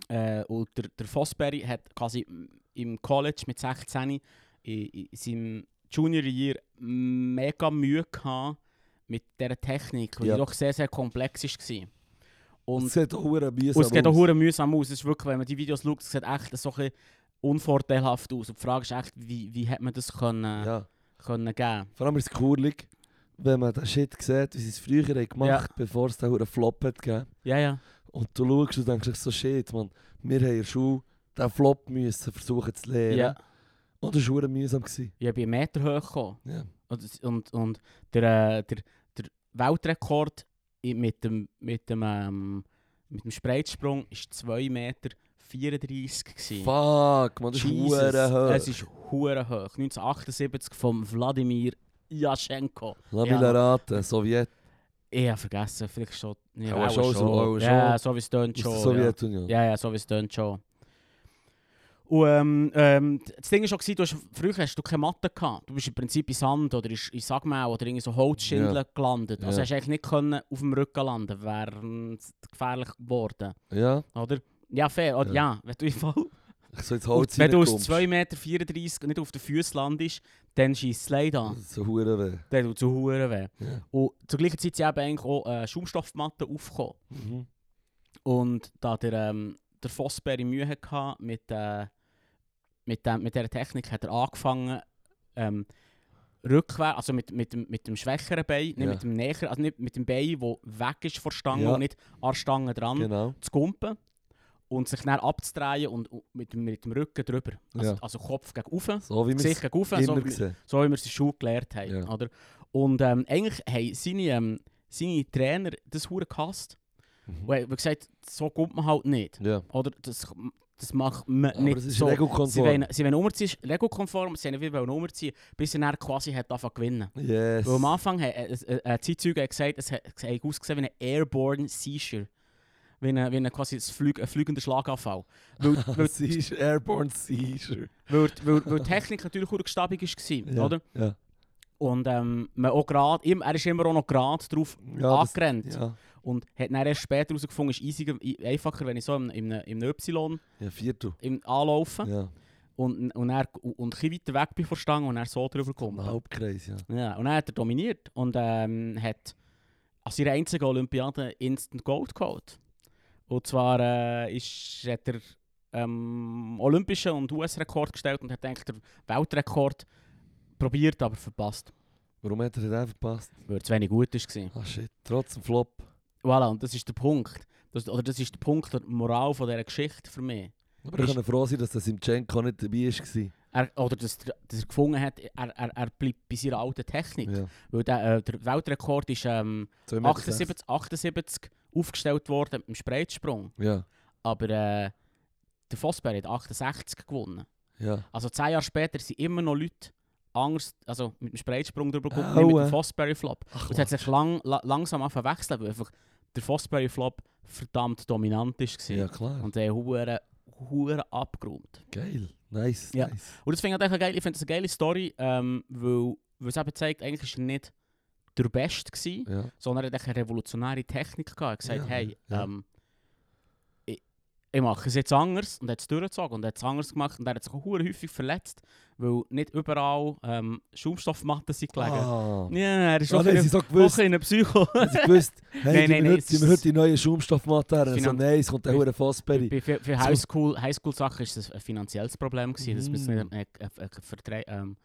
A: äh, und der, der Fosberry hat quasi im- im College mit 16 in, in seinem Junior Year mega Mühe gehabt mit dieser Technik, weil
B: Ja.
A: die doch sehr, sehr komplex war. Und,
B: Und es sieht auch hure mühsam
A: und es geht auch
B: aus.
A: hure mühsam aus. Es ist wirklich, wenn man die Videos schaut, es sieht echt so ein bisschen unvorteilhaft aus. Und die Frage ist echt, wie, wie hat man das können,
B: Ja.
A: können geben?
B: Vor allem ist es kurlig, wenn man den Shit dus sieht, wie sie es früher haben gemacht haben, bevor es den hure Flop hat gegeben.
A: Ja, ja.
B: Und du schaust und denkst dir so, shit, man, wir haben in der Schule den Flop müssen versuchen zu lernen.
A: ja.
B: Und das war hure mühsam. gewesen.
A: Ich bin einen Meter hoch gekommen.
B: Ja.
A: Und, es- und, und der, äh, der, der Weltrekord i- mit dem, mit dem, ähm, mit dem Spreitsprung war 2,34 Meter. 34 gewesen.
B: Fuck, man, das ist
A: Jesus,
B: hure hoch.
A: Es ist hure hoch. 1978 von Wladimir Jaschenko.
B: Lass mich
A: Ja.
B: raten, Sowjet,
A: Ich habe vergessen, vielleicht schon. Ja,
B: Aber
A: auch
B: schon so, auch
A: Ja,
B: schon.
A: so wie es tönt
B: aus der
A: schon. ja.
B: Sowjetunion.
A: Ja, ja, so wie es tönt schon. Und ähm, ähm, d- das Ding war schon, gewesen, du hast, früher hast du keine Matte gehabt. Du bist im Prinzip in Sand oder in, Sch- in Sagmau oder in so Holzschindeln
B: Ja.
A: gelandet. Also
B: Ja.
A: hast du eigentlich nicht können auf dem Rücken landen wäre gefährlich geworden.
B: Ja.
A: Oder? Ja, fair. Oder, ja. wenn du, im Fall-
B: Ich soll jetzt
A: und
B: Holz
A: wenn du aus
B: reinkommst.
A: 2,34 Meter nicht auf den Füßen landest, dann schießt es Leid an.
B: Das ist So hure weh.
A: Dann tut es Huren weh.
B: Ja.
A: Und zur gleichen Zeit sind eben eigentlich auch äh, Schaumstoffmatten aufgekommen.
B: Mhm.
A: Und da der, ähm, der Fossberry Mühe hatte mit, äh, mit, dem, mit dieser Technik hat er angefangen, ähm, rückwärts, also mit, mit, dem- mit dem schwächeren Bein, nicht
B: Ja.
A: mit dem näheren, also nicht mit dem Bein, das weg ist von der Stange
B: Ja.
A: und nicht an der Stange dran,
B: Genau.
A: zu kumpen und sich dann abzudrehen und und mit, dem- mit dem Rücken drüber. Also,
B: Ja.
A: also Kopf gegen oben,
B: So wie wir
A: Gesicht
B: es
A: gegen oben, so,
B: immer
A: wie-
B: sehen.
A: so wie wir es in der Schule gelernt haben.
B: Ja.
A: Oder? Und ähm, eigentlich haben seine, ähm, seine Trainer das hure gehasst
B: Mhm.
A: und haben gesagt, so kommt man halt nicht.
B: Ja.
A: Oder das, das macht man
B: Aber
A: nicht
B: es ist
A: so. Sie wollen,
B: regelkonform.
A: sie wollen umziehen, regelkonform, sie haben wie wollen umziehen, bis er dann quasi hat angefangen zu gewinnen.
B: Yes.
A: Weil am Anfang hat äh, äh, äh, die Zeitzeuge hat gesagt, es hat es hat ausgesehen wie ein Airborne Seizure. Wie ein, wie ein, quasi ein, Flüg, ein fliegender Schlaganfall. Weil, weil,
B: Seizure, Airborne Seizure.
A: weil, weil, weil die Technik natürlich auch gestabig war,
B: Ja,
A: oder?
B: Ja.
A: Und ähm, man auch grad, im- er ist immer auch noch gerade drauf
B: Ja, das,
A: angerannt.
B: ja.
A: Und hat dann erst später herausgefunden, es ist easier, einfacher, wenn ich so in, in, in einem Y
B: ja, Viertel.
A: im anlaufe
B: Ja.
A: und, und, er, und ein bisschen weiter weg bin von der Stange und er so drüber kommt.
B: Ein Halbkreis, ja.
A: Ja, und dann hat er dominiert und ähm, hat an seiner einzigen Olympiade Instant Gold geholt. Und zwar äh, ist, hat er ähm, olympischen und US-Rekord gestellt und hat eigentlich den Weltrekord probiert, aber verpasst,
B: Warum hat er den verpasst?
A: weil er zu wenig gut war.
B: Ah shit, trotz dem Flop.
A: Voilà, und das ist der Punkt. Das, oder das ist der Punkt, der Moral von dieser Geschichte für mich.
B: Aber wir
A: Ist-
B: können froh sein, dass der Simchenko nicht dabei war.
A: Er, oder dass, er- dass er gefunden hat, er, er, er bleibt bei seiner alten Technik.
B: Ja.
A: Weil der, äh, der Weltrekord ist ähm,
B: Zwei Meter
A: 78, 78 aufgestellt worden im Spreitsprung.
B: sechs. Ja,
A: Aber äh, der Fossberg hat 68 gewonnen.
B: ja.
A: Also zehn Jahre später sind immer noch Leute anders, also mit dem Spreitsprung drüber gekommen,
B: Au,
A: nicht mit
B: äh.
A: dem Fossberry-Flop.
B: Ach,
A: Es hat sich lang, la, langsam angefangen zu wechseln, weil einfach der Fossberry-Flop verdammt dominant war.
B: ja, klar.
A: Und der hure hure abgeräumt.
B: Geil. Nice,
A: Ja.
B: nice.
A: Und das finde ich halt eigentlich geil, ich finde das eine geile Story, ähm, weil, weil es eben zeigt, eigentlich ist er nicht der Beste gewesen,
B: Ja.
A: sondern er hat eigentlich eine revolutionäre Technik gehabt. Er hat gesagt,
B: Ja,
A: hey,
B: ja.
A: ähm, ich, ich mache es jetzt anders und hat es durchgezogen und hat es anders gemacht und er hat sich auch verdammt häufig verletzt, weil nicht überall ähm, Schaumstoffmatten sind gelegen.
B: Ah.
A: Ja, er ist
B: Ah,
A: auch
B: nein, sie
A: ein
B: so gewusst.
A: bisschen ein Psycho.
B: Sie gewusst, hey,
A: Nein,
B: die wir
A: nein, nein,
B: heute-
A: es
B: die wir
A: ist-
B: heute die neue Schaumstoffmatte her. So,
A: Finan-
B: nein, es kommt der Huren Fossberry.
A: Bei, für für Highschool- Highschool-Sachen war das ein finanzielles Problem, gewesen, dass man es
B: Mhm.
A: nicht äh, äh, äh, verdre- ähm,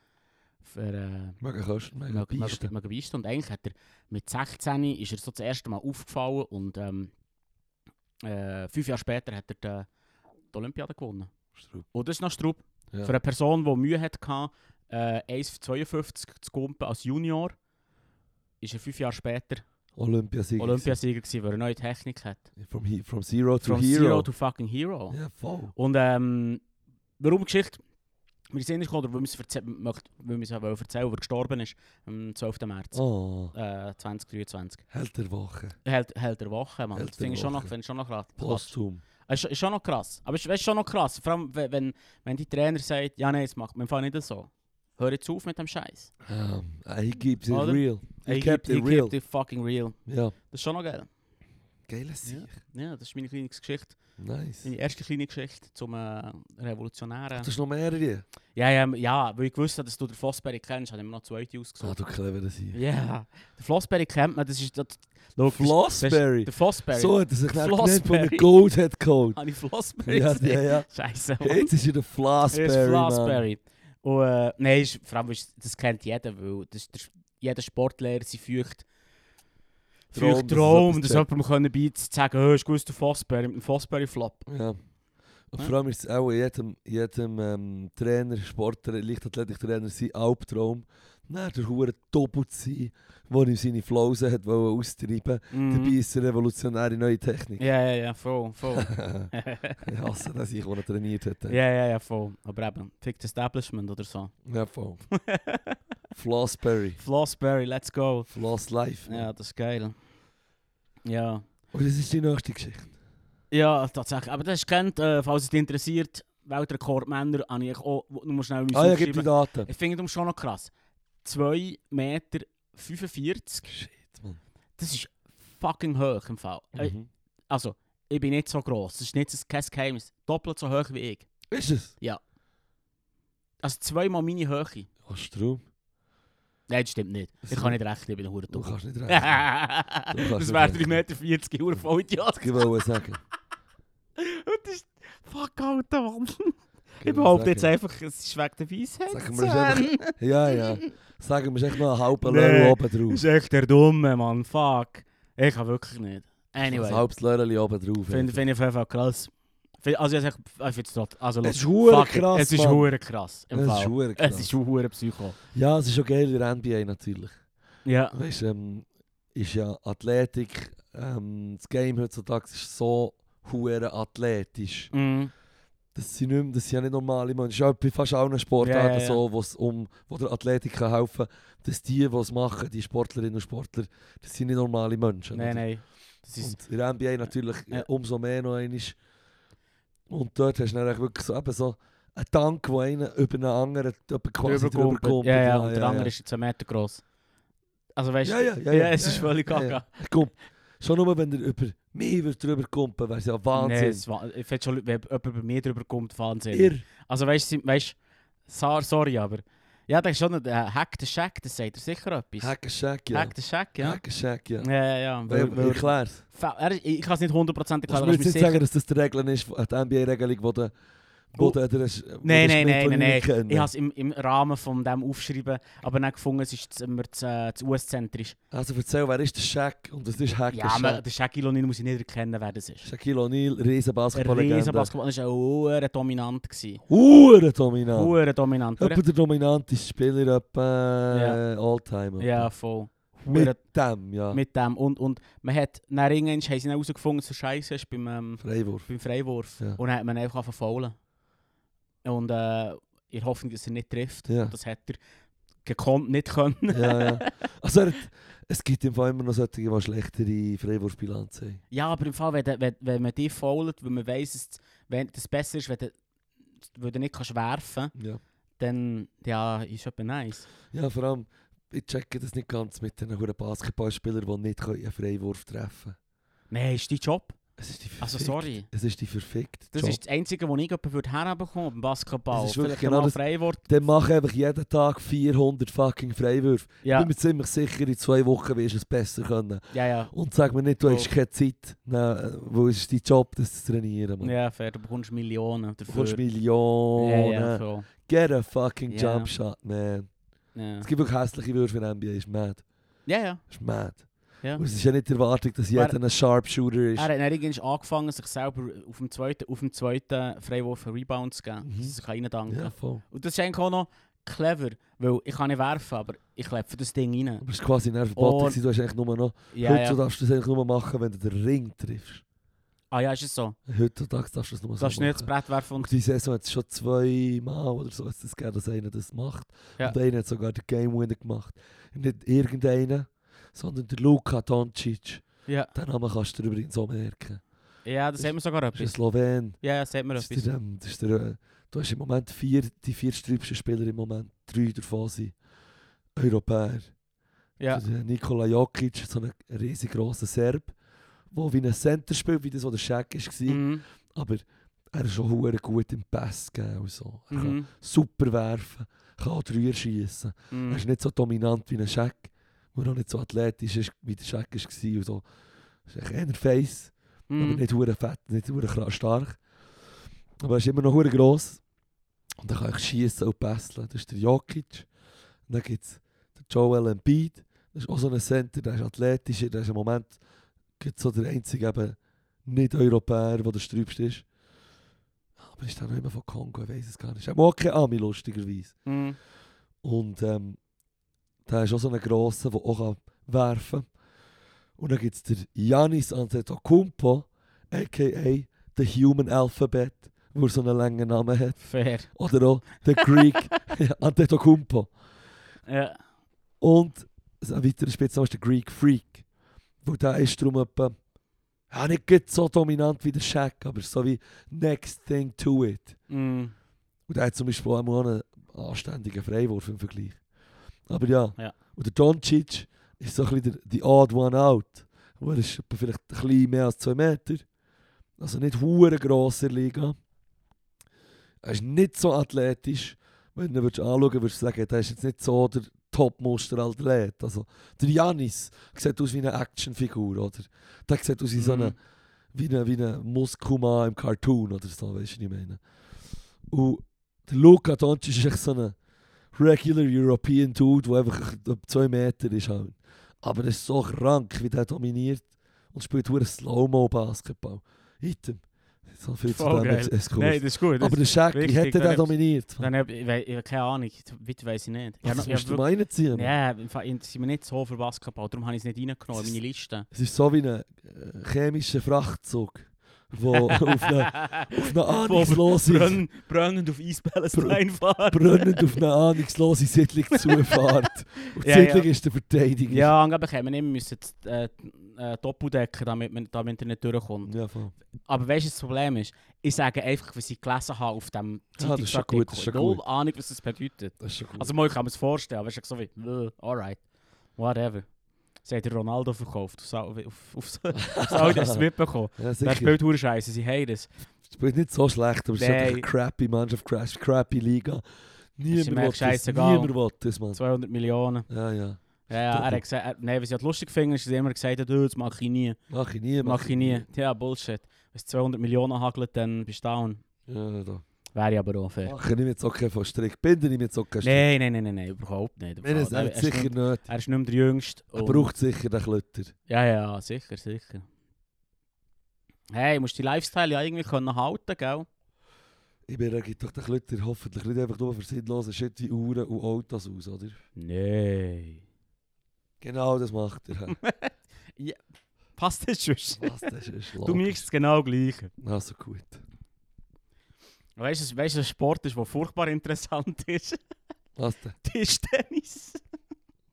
A: ver- äh,
B: Mega kosten, mega
A: mag- mag-
B: Piste.
A: mag beisten. Und eigentlich hat er mit 16 ist er so das erste Mal aufgefallen und ähm, äh, fünf Jahre später hat er die, die Olympiade gewonnen. Und das ist noch Strub.
B: Ja.
A: Für eine Person, die Mühe hatte, äh, 1,52 zu kumpen als Junior, ist er fünf Jahre später
B: Olympiasieger.
A: Olympiasieger gewesen, weil er eine neue Technik hat.
B: From, he, from Zero to
A: From
B: Hero.
A: Zero to fucking Hero.
B: ja, voll.
A: Und ähm, warum Geschichte? Wir sind nicht gekommen, weil wir es verze- möcht- weil wir es auch erzählen wollen, weil er gestorben ist am 12. März
B: Oh,
A: äh, 2023.
B: Held der Woche.
A: Hält, hält der Woche, Mann.
B: Hält
A: Das
B: der
A: finde ich schon
B: Woche.
A: noch, finde ich schon noch krass. krass.
B: Posthum.
A: Äh, Ist, ist schon noch krass. Aber es ist, ist schon noch krass. Vor allem, wenn, wenn, wenn die Trainer sagen, ja, nein, es macht man im Fall nicht so. Hör jetzt auf mit dem Scheiß.
B: Um, he keeps it
A: Oder?
B: real. He kept it
A: he
B: real.
A: kept it fucking real.
B: Ja.
A: Das ist schon noch geil.
B: Geiles
A: Ja.
B: Sieg.
A: Ja, das ist meine kleine Geschichte.
B: Nice.
A: Meine erste kleine Geschichte zum äh, Revolutionären.
B: Das ist noch mehrere.
A: Ja, ja, ja, weil ich wusste, dass du den Flossberry kennst, habe ich mir noch zweite
B: Ah,
A: ausgesucht.
B: du cleverer Sieg.
A: Ja, den Flossberry kennt man, das ist... Das, Schau, das-
B: Flossberry.
A: Der Flossberry.
B: So hat er sich dann genannt, wo er
A: Flossberry.
B: Gold hat geholt.
A: Habe ich Flossberry
B: Ja,
A: gesehen?
B: ja, ja.
A: Ah, Scheiße, Mann.
B: Jetzt ist er der
A: Er ist
B: Flossberry, Mann.
A: Flossberry. Und, äh, nein, ist, vor allem, ist, das kennt jeder, weil das, der, jeder Sportlehrer sie fürcht.
B: Traum,
A: Fürcht
B: dass
A: Traum,
B: es
A: dass
B: etwas
A: jemandem können beizt, sagen, oh, ist gut der Fossberry mit dem Fossberry-Flop.
B: Ja. Und
A: Ja.
B: vor allem ist es auch in jedem, jedem ähm, Trainer, Sportler, Leichtathletiktrainer sein Albtraum, nach der Hure doppelt zu sein, wo ihm seine Flausen hat wollen austreiben
A: Mhm.
B: Dabei ist es eine revolutionäre neue Technik.
A: Ja, ja, ja, voll, voll.
B: ich hasse das, ich, der trainiert hat.
A: ja, ja, ja, voll. Aber eben, Fick das Establishment oder so.
B: ja voll. Flossberry.
A: Flossberry, let's go.
B: Floss Life.
A: Ja, das ist geil. Ja.
B: Und das ist Oh, die nächste Geschichte.
A: Ja, tatsächlich. Aber das ist kennt, äh, falls es dich interessiert, Weltrekordmänner habe ich auch, nur mal schnell in mein
B: Ah ja,
A: Aufschreiben.
B: gib die Daten.
A: Ich finde das schon noch krass. 2,45 Meter.
B: Shit, Mann.
A: Das ist fucking hoch im Fall. Äh,
B: Mhm.
A: Also, ich bin nicht so gross. Das ist nicht so- kein Geheimnis. Doppelt so hoch wie ich.
B: Ist es?
A: Also zweimal meine Höhe.
B: Hast du
A: Nein, das stimmt nicht. Ich kann nicht rechnen, ich bin ein
B: Du
A: Hurentuch.
B: kannst nicht rechnen.
A: das
B: nicht
A: wäre
B: rechnen.
A: 3,40 Meter, Huren voll Idiot.
B: Ich wollte sagen.
A: Das ist... Fuck, Alter, Mann. Ich behaupte jetzt einfach, es ist wegen der Weisheit.
B: Sag mir,
A: Sven.
B: Ja, ja. Sagen wir echt noch einen halben
A: Nee.
B: Löffel oben drauf.
A: ist echt der Dumme, Mann. Fuck. Ich kann wirklich nicht.
B: Ein
A: Anyway.
B: halbes Löffel oben drauf.
A: Finde find ich auf jeden Fall krass. Find- Also ich sag, ich find's trotzdem. Also,
B: Es ist
A: look,
B: hure
A: fuck it.
B: krass,
A: Es ist
B: Mann.
A: hure krass. Im
B: Es ist
A: Fall.
B: verdammt
A: Es
B: krass.
A: ist hure Psycho.
B: Ja, es ist schon geil in der NBA natürlich.
A: Ja.
B: Weißt, ähm, ist ja Athletik, ähm, das Game heutzutage ist so hure athletisch.
A: Mhm.
B: Das sind, nicht mehr, das sind ja nicht normale Menschen. Das ist ja bei fast allen Sportarten
A: Ja, ja, ja.
B: so, wo's um, wo der Athletik kann helfen kann, dass die, die es machen, die Sportlerinnen und Sportler, das sind nicht normale Menschen.
A: Nein,
B: oder?
A: nein. Das ist,
B: Und in der NBA natürlich
A: Ja.
B: äh, umso mehr noch einmal. Und dort hast du dann echt wirklich so, eben so einen Tank, wo einer über einen anderen jemand quasi drüber
A: Überkumpelt.
B: kommt.
A: Ja, ja, und der andere ist jetzt einen Meter groß. Also weißt du,
B: Ja, ja, ja, ja,
A: es
B: ja,
A: ist
B: ja,
A: völlig
B: ja,
A: gaga.
B: ja. Komm, schon nur wenn er über mich würd drüber kommt, wäre es ja
A: Nein,
B: Wahnsinn.
A: es wa- ich finde schon, wenn jemand bei mir drüber kommt, Wahnsinn.
B: Irr.
A: Also weißt du, weißt, sar- sorry, aber... Ja, das ist schon ein äh, Hack the Shack, das sagt er sicher etwas.
B: Hackenshack, ja.
A: Hack the Shack, ja.
B: Hackenshack, ja.
A: Ja, ja, ja.
B: Wer-
A: Weil, weil,
B: Erklär's.
A: fa- er, ist- ich kann es nicht 100%
B: Ich
A: erklären,
B: muss
A: aber
B: nicht sagen, dass das die Regel ist, die NBA-Regelung, die der
A: Oh.
B: Boden oder
A: Nein, nein, nein, nein, nein. Ich habe es im, im Rahmen von dem Aufschreiben, aber dann gefunden, es ist zu- immer zu, äh, zu US-zentrisch.
B: Also erzähl, wer ist der Shack und das ist
A: Ja, aber
B: Hackenshack?
A: der Shaquille O'Neal muss ich nicht erkennen, wer das ist.
B: Shaquille O'Neal,
A: Ein riesen
B: Riesenbasketball-Legende.
A: Basketball, das war auch dominant. gewesen.
B: Huren dominant.
A: Hure dominant.
B: Etwa der dominanteste Spieler etwa
A: Ja.
B: äh, Alltime.
A: Ja, voll.
B: Mit
A: Hure
B: dem, ja.
A: mit dem. Und, und man hat nach irgendwann haben sie herausgefunden, dass du nou scheiße ist beim, ähm,
B: Freiwurf.
A: beim Freiwurf.
B: Ja.
A: Und dann hat man einfach verfaulen. Und äh, ich hoffe, dass er nicht trifft.
B: Ja.
A: Und das hat er gekonnt nicht können.
B: ja, ja. Also er, hat- es gibt im Fall immer noch solche, die schlechtere Freiwurfbilanz haben.
A: Ja, aber im Fall, wenn, du- wenn, wenn man dich fault, weil man weiss, dass es- wenn das besser ist, wenn du, weil du nicht kannst werfen kannst,
B: Ja.
A: dann ja, ist etwas nice.
B: ja, vor allem, ich checke das nicht ganz mit den verdammten Basketballspielern, die nicht können einen Freiwurf treffen können.
A: Nein, ist dein Job.
B: Es ist die verfickt,
A: Also sorry.
B: Es ist die verfickt.
A: Das ist das Einzige, was ich jemanden würde herbekommen beim Basketball.
B: Das ist wirklich
A: Vielleicht
B: genau
A: mal
B: das-
A: Freiwort.
B: Dann mach einfach jeden Tag 400 fucking Freiwürfe.
A: Ja,
B: Bin mir ziemlich sicher, in zwei Wochen wirst du es besser können.
A: ja, ja.
B: Und sag mir nicht, du
A: Oh.
B: hast keine Zeit, Nein, weil es ist dein Job, das zu trainieren. Mann.
A: Ja, fair, du bekommst Millionen
B: Du
A: dafür.
B: kommst Millionen.
A: Ja, ja, voll.
B: Get a fucking
A: Ja.
B: jump shot, man.
A: Ja,
B: Es gibt wirklich hässliche Würfe in der NBA, ist mad.
A: ja. ja.
B: ist mad.
A: Ja.
B: Und es ist ja nicht die Erwartung, dass jeder ein Sharpshooter ist.
A: Er hat dann irgendwann angefangen, sich selber auf dem zweiten, auf dem zweiten Freiwurf einen Rebound zu geben.
B: Mhm.
A: Mhm. Das kann ihnen danken.
B: Ja, voll.
A: Und das ist eigentlich auch noch clever, weil ich kann nicht werfen, aber ich klepfe das Ding rein.
B: Aber es ist quasi nervig. Du hast eigentlich nur noch...
A: Ja,
B: Heute
A: ja.
B: darfst du das eigentlich nur machen, wenn du den Ring triffst.
A: Ah ja, ist es so.
B: Heutzutage darfst du das nur
A: Du
B: so
A: darfst
B: machen.
A: nicht das Brett werfen und...
B: und die Saison hat es schon zweimal oder so hat's das gegeben, dass einer das macht.
A: Ja.
B: Und einer hat sogar den Game Winner gemacht. Und nicht irgendeiner, sondern der Luka Doncic.
A: Ja,
B: Den Namen kannst du dir übrigens auch merken.
A: ja das sehen wir sogar
B: Das ist ein
A: etwas.
B: Slowen.
A: Ja, ja, sehen wir
B: Das ist
A: etwas.
B: der, ähm, das ist der, äh, du hast im Moment vier, die vier sträubsten Spieler im Moment, drei davon sind Europäer.
A: Ja,
B: Der, äh, Nikola Jokic, so ein riesengroßer Serb, der wie ein Center spielt, wie das, was der Shaq war.
A: mhm.
B: Aber er ist schon hure gut im Pass geben und so. Er kann
A: Mhm.
B: super werfen, kann auch Dreier schießen. Er
A: Mhm.
B: ist nicht so dominant wie ein Shaq, der auch nicht so athletisch ist, wie der Shaq war. Und so. Er ist echt eher face. aber
A: Mhm.
B: nicht hure fett, nicht hure kra- stark. Aber er ist immer noch hure gross. Und dann kann ich schießen und pesteln. Das ist der Jokic. Und dann gibt es den Joel Embiid. Das ist auch so ein Center, der ist athletischer, der ist im Moment gerade so der einzige eben Nicht-Europäer, der der sträubste ist. Aber ist dann noch immer von Kongo, ich weiß es gar nicht. Ist eben auch Ah, kein Ami, lustigerweise.
A: Mhm.
B: Und ähm, da ist auch so ein grosser, der auch kann werfen kann. Und dann gibt es den Janis Antetokounmpo, a.k.a. The Human Alphabet, wo so einen langen Namen hat.
A: Fair.
B: Oder auch The Greek Antetokounmpo.
A: Ja.
B: Und ein weiterer Spitzname ist der Greek Freak. Wo der ist darum etwa, ja, nicht gerade so dominant wie der Shaq, aber so wie Next Thing to It.
A: Mhm.
B: Und er hat zum Beispiel auch mal einen anständigen Freiwurf im Vergleich. Aber ja.
A: Ja.
B: Und der Doncic ist so ein bisschen der the odd one out. Und er ist etwa vielleicht ein bisschen mehr als zwei Meter. Also nicht hure gross in der Liga. Er ist nicht so athletisch. Wenn du ihn würdest anschauen würdest, würdest du sagen, der ist jetzt nicht so der Top-Muster-Athlet. Also, der Janis sieht aus wie eine Actionfigur, oder? Der sieht aus wie so eine
A: Mhm.
B: wie ein wie eine Muskelmann im Cartoon oder so, weißt du, was ich meine. Und Der Luka Doncic ist echt so ein regular European Dude, der einfach ab 2 Meter ist. Halt. Aber er ist so krank, wie der dominiert und spielt nur Slow-Mo-Basketball. Item. So viel zu
A: Voll
B: dem
A: geil.
B: Exkurs.
A: Nein, das ist gut.
B: Aber
A: das,
B: der Shaq, wie
A: Richtig,
B: hat er
A: dann
B: den
A: ist-
B: dominiert?
A: dann hab, ich, wei- ich, keine Ahnung, bitte weiss ich nicht. Ich hab
B: das
A: noch- ich hab
B: musst du
A: wirklich-
B: mal reinziehen. Mann.
A: Ja, im Fall- ich- sind wir nicht so für Basketball, darum habe ich es nicht reingenommen in meine Liste.
B: Es ist so wie ein äh, chemischer Frachtzug, der auf eine, auf eine ahnungslose,
A: Brönn, brennend auf Eisbällen
B: Brr-
A: reinfahren.
B: brennend auf eine ahnungslose Siedlung zufahrt. Und die
A: Ja,
B: Siedlung
A: ja.
B: ist der Verteidiger.
A: Ja, angeblich haben wir nicht müssen die, äh, die, äh, doppeldecken, damit, man, damit er nicht durchkommt.
B: Ja, voll.
A: Aber weißt du, das Problem ist, ich sage einfach, was ich gelesen habe auf dem
B: Ah, das ist schon gut, das ist schon
A: Null
B: gut.
A: Ahnung, was das bedeutet.
B: Das ist schon gut.
A: Also mal, ich kann mir es vorstellen, aber es ist so wie, «Bäh, alright, whatever. Sie haben den Ronaldo verkauft, auf, Sau- auf, auf, auf Saudi hast du es mitbekommen.
B: ja, sicher.
A: Der spielt hure Scheiße, sie haben das.
B: Es spielt nicht so schlecht, aber es ist
A: Nein.
B: einfach eine crappy Mannschaft, crash, crappy Liga.
A: ihm
B: Niemand
A: echt
B: will das,
A: scheissegal.
B: niemand will das, Mann.
A: 200 Millionen.
B: Ja, ja.
A: Ja, ja, er hat gesagt, er, nee, was ich halt lustig finde, ist, dass er immer gesagt hat, «Oh, das mache ich nie,
B: Mach ich nie,
A: das mache ich nie. Ja, Bullshit. Wenn es 200 Millionen hagelt, dann bist du down.
B: Ja, da.
A: Wäre ich aber auch fair.
B: Mach ich mir jetzt auch keinen von Strick. Binde ich mir jetzt auch keinen Strick.
A: Nein, nein, nein, nein, nein, überhaupt nicht.
B: Nein, das
A: Überhaupt. Er, er,
B: hat
A: ist
B: sicher
A: nicht,
B: nicht.
A: er ist nicht mehr der Jüngste.
B: Er
A: und-
B: braucht sicher den Klötter.
A: Ja, ja, sicher, sicher. Hey, musst du die Lifestyle ja irgendwie können halten, gell?
B: Ich bin gibt doch den Klötter hoffentlich nicht einfach nur für sinnlose Shit wie Uhren und Autos aus, oder?
A: Nein.
B: Genau das macht er.
A: Passt das schon?
B: Was, das ist
A: Du merkst es genau gleich.
B: Also gut.
A: Weißt du, weißt du, ein Sport ist, der furchtbar interessant ist?
B: Was denn?
A: Tischtennis.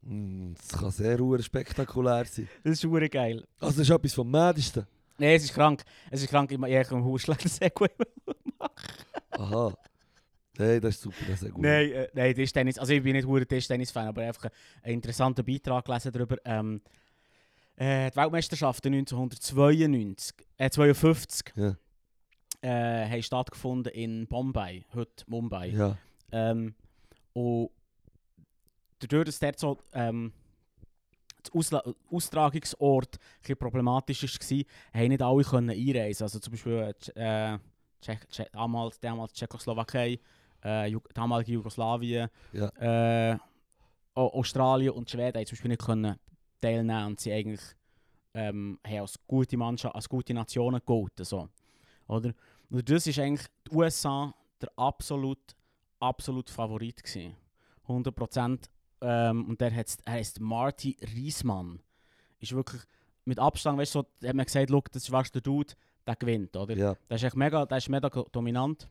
B: Hm, Das
A: Mm.
B: kann sehr uhren spektakulär sein.
A: Das ist hure geil.
B: Also das ist etwas vom Mädesten.
A: Nein, es ist krank. Es ist krank, ich mache einen Hausschläger sehr gut.
B: Aha. Nein, das ist super, das ist gut.
A: Nein, äh, nein, Tischtennis. Also ich bin nicht hure Tischtennis-Fan, aber einfach einen interessanten Beitrag gelesen darüber. Ähm, äh, die Weltmeisterschaften 1992, äh, 52
B: Ja.
A: äh, haben stattgefunden in Bombay, heute Mumbai.
B: Ja.
A: Ähm, und dadurch, dass dort so ähm, der Ausla Austragungsort ein bisschen problematisch war, haben nicht alle können einreisen. Also zum Beispiel äh, Tsch- äh, Tschech- Tschech- damals, damals Tschechoslowakei, äh, Ju damalige Jugoslawien, äh, Au- Australien und Schweden haben zum Beispiel nicht können teilnehmen und sie eigentlich ähm, haben als gute Mannschaft, als gute Nationen gegolten. So. Oder? Und das ist eigentlich die USA der absolut absolut Favorit gewesen. 100 Prozent. Ähm, und der hat, er heißt Marty Riesmann. Ist wirklich mit Abstand, weißt du, so, hat man gesagt, «Schau, das ist wahrscheinlich der Dude, der gewinnt, oder?
B: Ja.
A: Der ist echt mega, der ist mega go- dominant.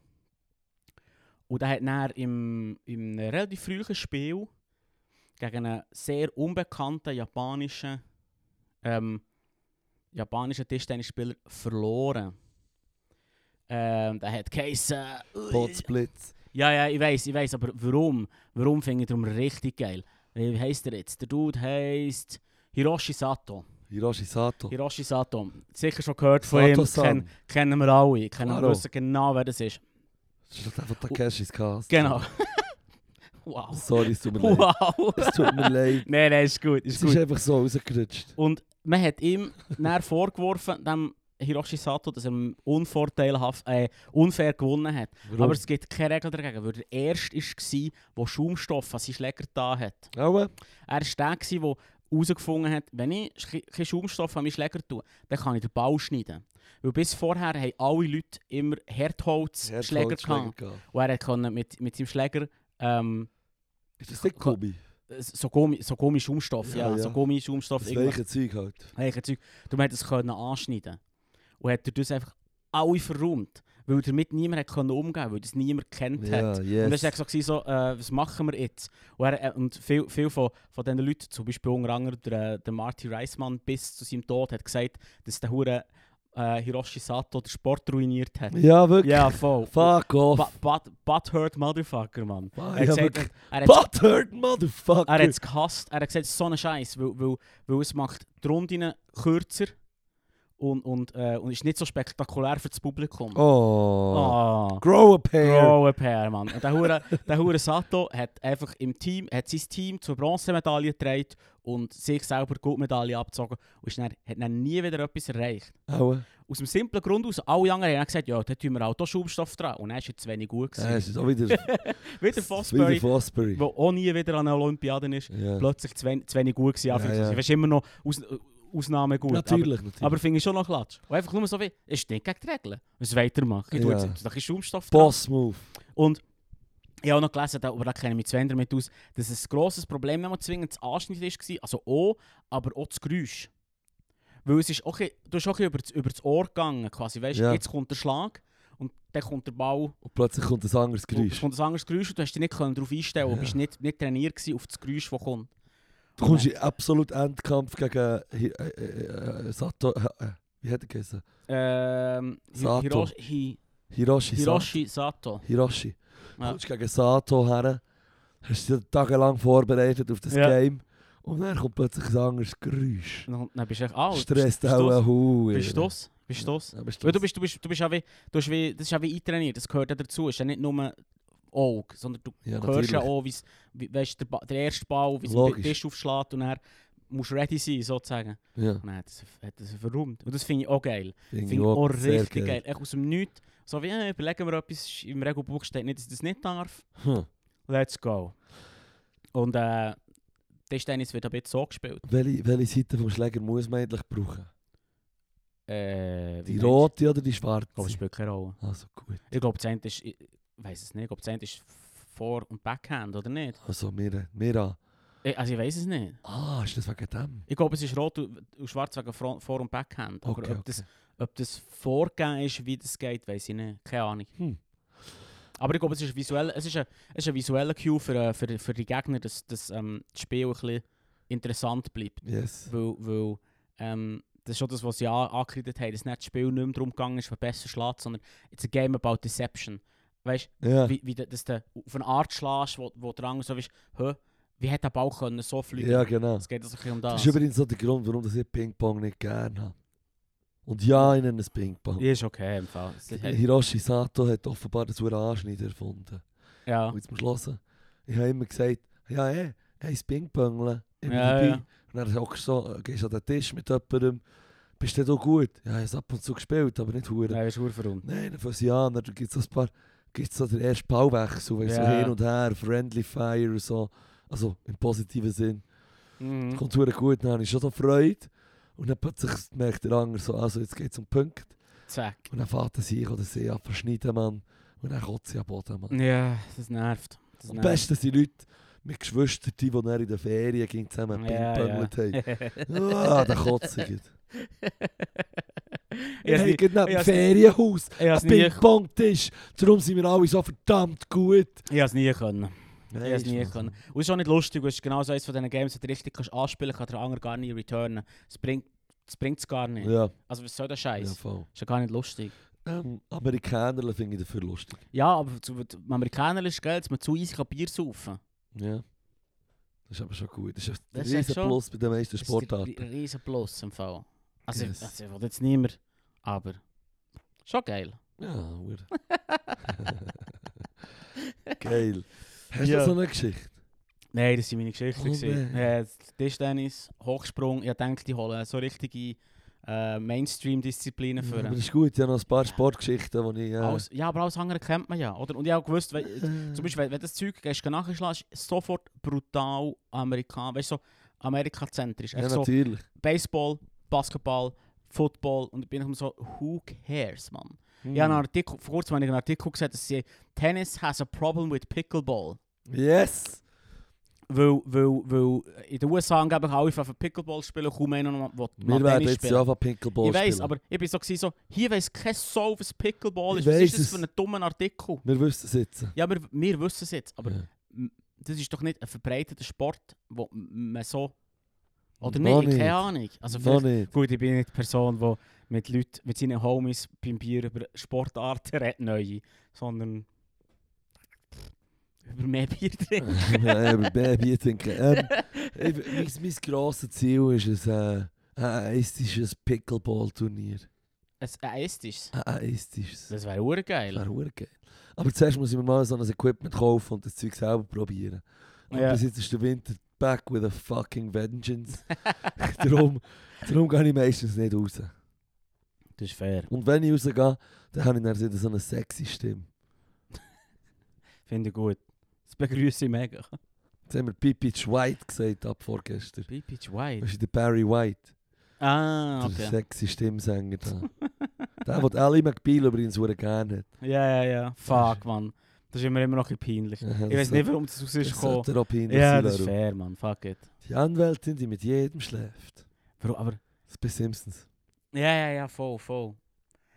A: Und er hat dann im, im relativ frühen Spiel gegen einen sehr unbekannten japanischen, ähm, japanischen Tischtennisspieler verloren. Ähm, der hat geheissen...
B: Botsblitz.
A: Ja, ja, ich weiß, ich weiß, aber warum? Warum finde ich darum richtig geil? Wie heißt er jetzt? Der Dude heißt Hiroshi Sato.
B: Hiroshi Sato.
A: Hiroshi Sato. Sicher schon gehört von ihm.
B: Sato-san.
A: Ken, kennen wir alle. Kennen
B: Claro.
A: wir wissen genau, wer das ist.
B: Das ist doch einfach Takeshis Cast.
A: Genau. wow.
B: Sorry, es tut mir leid.
A: Wow.
B: Es tut mir leid.
A: nein, nein, ist gut, ist
B: Es
A: gut.
B: ist einfach so rausgerutscht.
A: Und man hat ihm näher vorgeworfen, dem Hiroshi Sato, dass er unvorteilhaft, äh, unfair gewonnen hat.
B: Warum?
A: Aber es gibt keine Regel dagegen, weil der Erste war, der Schaumstoff an seinen Schläger da hat.
B: Aua.
A: Er war der, gewesen, der herausgefunden hat, wenn ich sch- keinen Schaumstoff an meinen Schläger tue, dann kann ich den Ball schneiden. Weil bis vorher haben alle Leute immer Herdholzschläger gehabt.
B: gehabt.
A: Und er konnte mit, mit seinem Schläger ähm, äh,
B: Ist das nicht Kobi?
A: so, Gummi, so Gummischaumstoff,
B: Ja,
A: ja,
B: ja.
A: so Gummischaumstoff,
B: Das
A: irgendwelche
B: weiche Zeug halt.
A: irgendwelche Zeug. Du hättest es können anschneiden Und hat er das einfach alle verräumt. Weil damit niemand hat können umgehen konnte, weil das niemand kennt hat.
B: Ja, yes.
A: Und das war so, gewesen, so äh, was machen wir jetzt? Und, er, äh, und viel, viel von, von diesen Leuten, zum Beispiel unter anderem der, äh, der Marty Reismann bis zu seinem Tod, hat gesagt, dass der Hure äh, Hiroshi Sato den Sport ruiniert hat.
B: Ja, wirklich.
A: Ja, voll.
B: Fuck
A: But,
B: off.
A: but, butthurt Motherfucker, Mann.
B: Ba Ah, ja,
A: Er hat gesagt,
B: wirklich.
A: er, er hat
B: Butt hurt, motherfucker.
A: er hat's gehasst, er hat gesagt, so ein Scheiß, weil, weil, weil es macht die Runden kürzer und, und, äh, und ist nicht so spektakulär für das Publikum.
B: Oh.
A: Ah.
B: Grow a pair.
A: Grow a pair, Mann. Und der Hure, der Hure Sato hat einfach im Team, hat sein Team zur Bronzemedaille getragen und sich selber Goldmedaille abgezogen und ist dann, hat dann nie wieder etwas erreicht.
B: Aua.
A: Aus dem simplen Grund aus, alle anderen haben dann gesagt, ja, da tun wir auch da Schaumstoff dran. Und dann ist jetzt wenig gut
B: Ja,
A: gewesen.
B: es ist auch wieder,
A: Wieder
B: wieder
A: Fosbury,
B: Fosbury.
A: der auch nie wieder an den Olympiaden ist,
B: Ja.
A: plötzlich zu wen- zu wenig gut gewesen.
B: Ja,
A: Ja,
B: ja.
A: ja. ist immer noch Aus Ausnahme gut.
B: Natürlich, natürlich.
A: Aber, aber finde ich schon noch klatsch. Und einfach nur so wie, es ist nicht gegen die Regeln. Es weitermachen. Ich tue
B: Ja.
A: jetzt ein bisschen Schaumstoff dran.
B: Boss-Move.
A: Und ich habe auch noch gelesen, da- aber da kenne ich mich zu wenig damit aus, dass ein grosses Problem nicht mal zwingend das Anschnitt war, also auch, aber auch das Geräusch. Weil es ist auch, ein bisschen- du bist auch ein bisschen über, das, über das Ohr gegangen, quasi. Weißt,
B: Ja.
A: Jetzt kommt der Schlag und dann kommt der Ball.
B: Und plötzlich kommt ein anderes
A: und Es
B: Geräusch.
A: kommt ein anderes Geräusch und du hast dich nicht können darauf einstellen Du
B: Ja.
A: bist nicht, nicht trainiert gewesen auf das Geräusch, das kommt.
B: Du kommst in absolut Endkampf gegen äh, Hi- äh, äh, äh, Sato. Äh, äh, wie hat er geheißen?
A: Ähm, Hi-
B: Sato.
A: Hiroshi, Hi,
B: Hiroshi. Sa-
A: Hiroshi Sato.
B: Hiroshi. Du
A: Ja.
B: kommst gegen Sato her. Hast dich tagelang vorbereitet auf das
A: Ja.
B: Game. Und dann kommt plötzlich ein anderes Geräusch.
A: Und Dann, dann bist du echt, ah, bist-
B: Stresst
A: bist
B: auch
A: du's?
B: ein Hure.
A: Bist du das? Bist du das?
B: eh. Ja, bist
A: Weil du
B: das.
A: bist, du bist, du bist auch wie, du bist wie, das ist auch wie eintrainiert, das gehört ja dazu. Es ist ja nicht nur Auge, sondern du
B: Ja,
A: hörst
B: natürlich.
A: ja auch, wie's- wie weißt, der, Ba- der erste Ball, wie es
B: Logisch.
A: den Tisch aufschlägt und er musst ready sein, sozusagen.
B: Ja,
A: Und er hat das, hat das verräumt. Und das finde ich auch geil.
B: finde
A: Finde ich auch
B: sehr
A: richtig geil. Echt aus dem Nichts. So wie, äh, überlegen wir etwas, ist im Regelbuch steht nicht, dass ich das nicht darf.
B: Hm.
A: dus Let's go. Und äh, Tischtennis wird ab jetzt so gespielt.
B: Welche, welche Seite vom Schläger muss man eigentlich brauchen?
A: Äh, wie
B: Die
A: meinst- Oh,
B: rote oder die
A: Aber es
B: schwarze?
A: spielt keine Rolle.
B: Also gut.
A: Ich glaube, das Ende ist, ich weiß es nicht, ich glaube, das Ende ist Vor- und Backhand, oder nicht?
B: Also wir, wir an.
A: Ich, also ich weiß es nicht.
B: Ah, ist das wegen dem?
A: Ich glaube, es ist rot und und schwarz wegen Fro- Vor- und Backhand. Aber
B: Okay,
A: ob,
B: okay.
A: Das, ob das vorgegeben ist, wie das geht, weiß ich nicht. Keine Ahnung.
B: Hm.
A: Aber ich glaube, es ist visuell, es ist ein, es ist ein visueller Cue für, äh, für, für die Gegner, dass, dass ähm, das Spiel ein bisschen interessant bleibt.
B: Yes.
A: Weil, weil ähm, das ist schon das, was sie an- angekündigt haben, dass nicht das Spiel nicht mehr darum gegangen ist, wer besser schlägt, sondern it's a game about deception. Weißt
B: Ja.
A: wie, wie de- dass du auf eine Art schlägst, wo, wo der andere so ist, hä, wie hat der Ball können so fliegen
B: ja, genau.
A: Es geht also ein bisschen um
B: Das
A: das.
B: ist übrigens so der Grund, warum ich Ping-Pong nicht gerne habe. Und ja, ich nenne es Ping-Pong.
A: Ja, ist okay im Fall. Es-
B: Hiroshi Sato hat offenbar das Uhr Anschneider erfunden.
A: Ja,
B: Und jetzt musst du hören. Ich habe immer gesagt, ja, ey, hey, Ping-Pongeln. Ich bin
A: Ja,
B: dabei.
A: ja.
B: Und dann hockst du so, gehst an den Tisch mit jemandem. Bist du auch gut? Ja, ich habe es ab und zu gespielt, aber nicht hure.
A: nein, ist gut für uns.
B: Nein, von Jahren, da gibt es ein paar, gibt's so den ersten Bauwechsel, weißt du, so
A: Ja.
B: hin und her, Friendly Fire und so. Also im positiven Sinn.
A: Mhm.
B: Kommt sehr gut, dann habe ich schon so Freude. Und dann plötzlich merkt der andere so, also jetzt geht es um Punkt.
A: Zack.
B: Und dann fährt er sich oder sie an verschneiden, Mann. Und dann kotzt sie am Boden, Mann.
A: Ja, das nervt. Das
B: Am besten sind Leute mit Geschwistern, die dann in der Ferien ging zusammen
A: Ja,
B: pingpongelt haben.
A: ja.
B: Ah, der kotzt sie.
A: Ich
B: Ich
A: has
B: habe
A: nie-
B: gerade
A: ich
B: ein
A: has-
B: Ferienhaus,
A: ich has
B: ein
A: nie,
B: Ping-Pong-Tisch. Darum sind wir alle so verdammt gut.
A: ich has nie können.
B: Nein,
A: Ich has
B: ist
A: nie
B: Wahnsinn.
A: können. Und es ist auch nicht lustig, weil es ist genau so eines von diesen Games, das du richtig kannst anspielen kannst, kann der andere gar nicht returnen. Es bringt es bringt's gar nicht.
B: Ja,
A: Also was soll der
B: ja
A: Scheiß?
B: voll.
A: Ist ja gar nicht lustig.
B: Ähm, Amerikaner finde ich dafür lustig.
A: Ja, aber zu, zu, Amerikaner ist geil, dass man zu easy kann Bier saufen
B: Ja. Das ist aber schon gut. Das ist ein
A: Das ist echt
B: riesen
A: schon-
B: Plus bei den meisten
A: Das ist der
B: Sportarten.
A: ri- riesen Plus im Fall. Also,
B: Yes.
A: also ich will jetzt niemand, aber schon geil.
B: Ja, Hure. Geil. Hast
A: Ja.
B: du so eine Geschichte?
A: Nein, das waren meine Geschichten.
B: Oh
A: gewesen.
B: nein.
A: äh, Tischtennis, Hochsprung, ich denke, die holen so richtige äh, Mainstream-Disziplinen
B: Ja,
A: für.
B: aber das ist gut, ich habe noch ein paar Sportgeschichten, die ich... Äh,
A: alles, ja, aber alles andere kennt man ja. Oder? Und ich habe auch gewusst, weil,
B: äh,
A: zum Beispiel, wenn, wenn das Zeug gehst, nachschlägst, ist es sofort brutal amerikanisch, weißt du, so amerikazentrisch.
B: Ja,
A: Echt so,
B: natürlich.
A: Baseball, Basketball, Football und ich bin immer so, who cares, man?
B: Hm.
A: Ich habe einen Artikel, vor kurzem habe ich einen Artikel gesehen, dass sie Tennis has a problem with Pickleball.
B: Yes!
A: Weil, weil, weil in den USA angeblich alle von Pickleball spielen, kaum einer noch will
B: Wir
A: noch
B: werden
A: Tennis
B: jetzt
A: spielen.
B: ja von Pickleball
A: ich weiß,
B: spielen.
A: aber ich bin so, gewesen, so hier weiss kein Soul, was Pickleball
B: Ich
A: ist. Was
B: weiss
A: ist das
B: es.
A: für ein dummer Artikel?
B: Wir wissen es jetzt.
A: Ja, wir, wir wissen es jetzt, aber
B: Ja.
A: das ist doch nicht ein verbreiteter Sport, wo m- man so... Oder
B: Noch
A: nicht,
B: nicht.
A: keine Ahnung. Also
B: noch
A: vielleicht-
B: nicht.
A: Gut, ich bin nicht die Person, die mit Leuten, mit seinen Homies beim Bier über Sportarten redet, neue, sondern über mehr Bier trinken.
B: ja, aber Baby, ich denke, ähm, ich, mein, mein grosses Ziel ist es, äh, Ein aistisches Pickleball-Turnier.
A: Ein aistisches.
B: Ein aistisches.
A: Das wäre urgeil.
B: Das wäre verdammt geil. Aber zuerst muss ich mir mal so ein Equipment kaufen und das Zeug selber probieren. Und
A: Ja.
B: bis jetzt ist der Winter back with a fucking vengeance. darum, darum gehe ich meistens nicht raus.
A: Das ist Dus fair.
B: Und wenn ich rausgehe, dann habe ich dann wieder so eine sexy Stimme.
A: Finde ich gut. Das begrüße ich mega.
B: Jetzt haben wir Pipitch White gesagt ab vorgestern.
A: Pipitch
B: Das
A: White.
B: ist der Barry White,
A: Ah,
B: der
A: okay.
B: sexy Stimmsänger da. der, den Ally McBeal übrigens sehr gerne hat.
A: Ja, ja, ja. Fuck, Mann. Das ist mir immer noch ein bisschen peinlich. Ich weiß nicht, warum das raus ist gekommen.
B: kommt.
A: Ja, das ist fair, Mann. Fuck it.
B: Die Anwältin, die mit jedem schläft.
A: Warum, aber...
B: Das ist bei Simpsons.
A: Ja, ja, ja, voll, voll.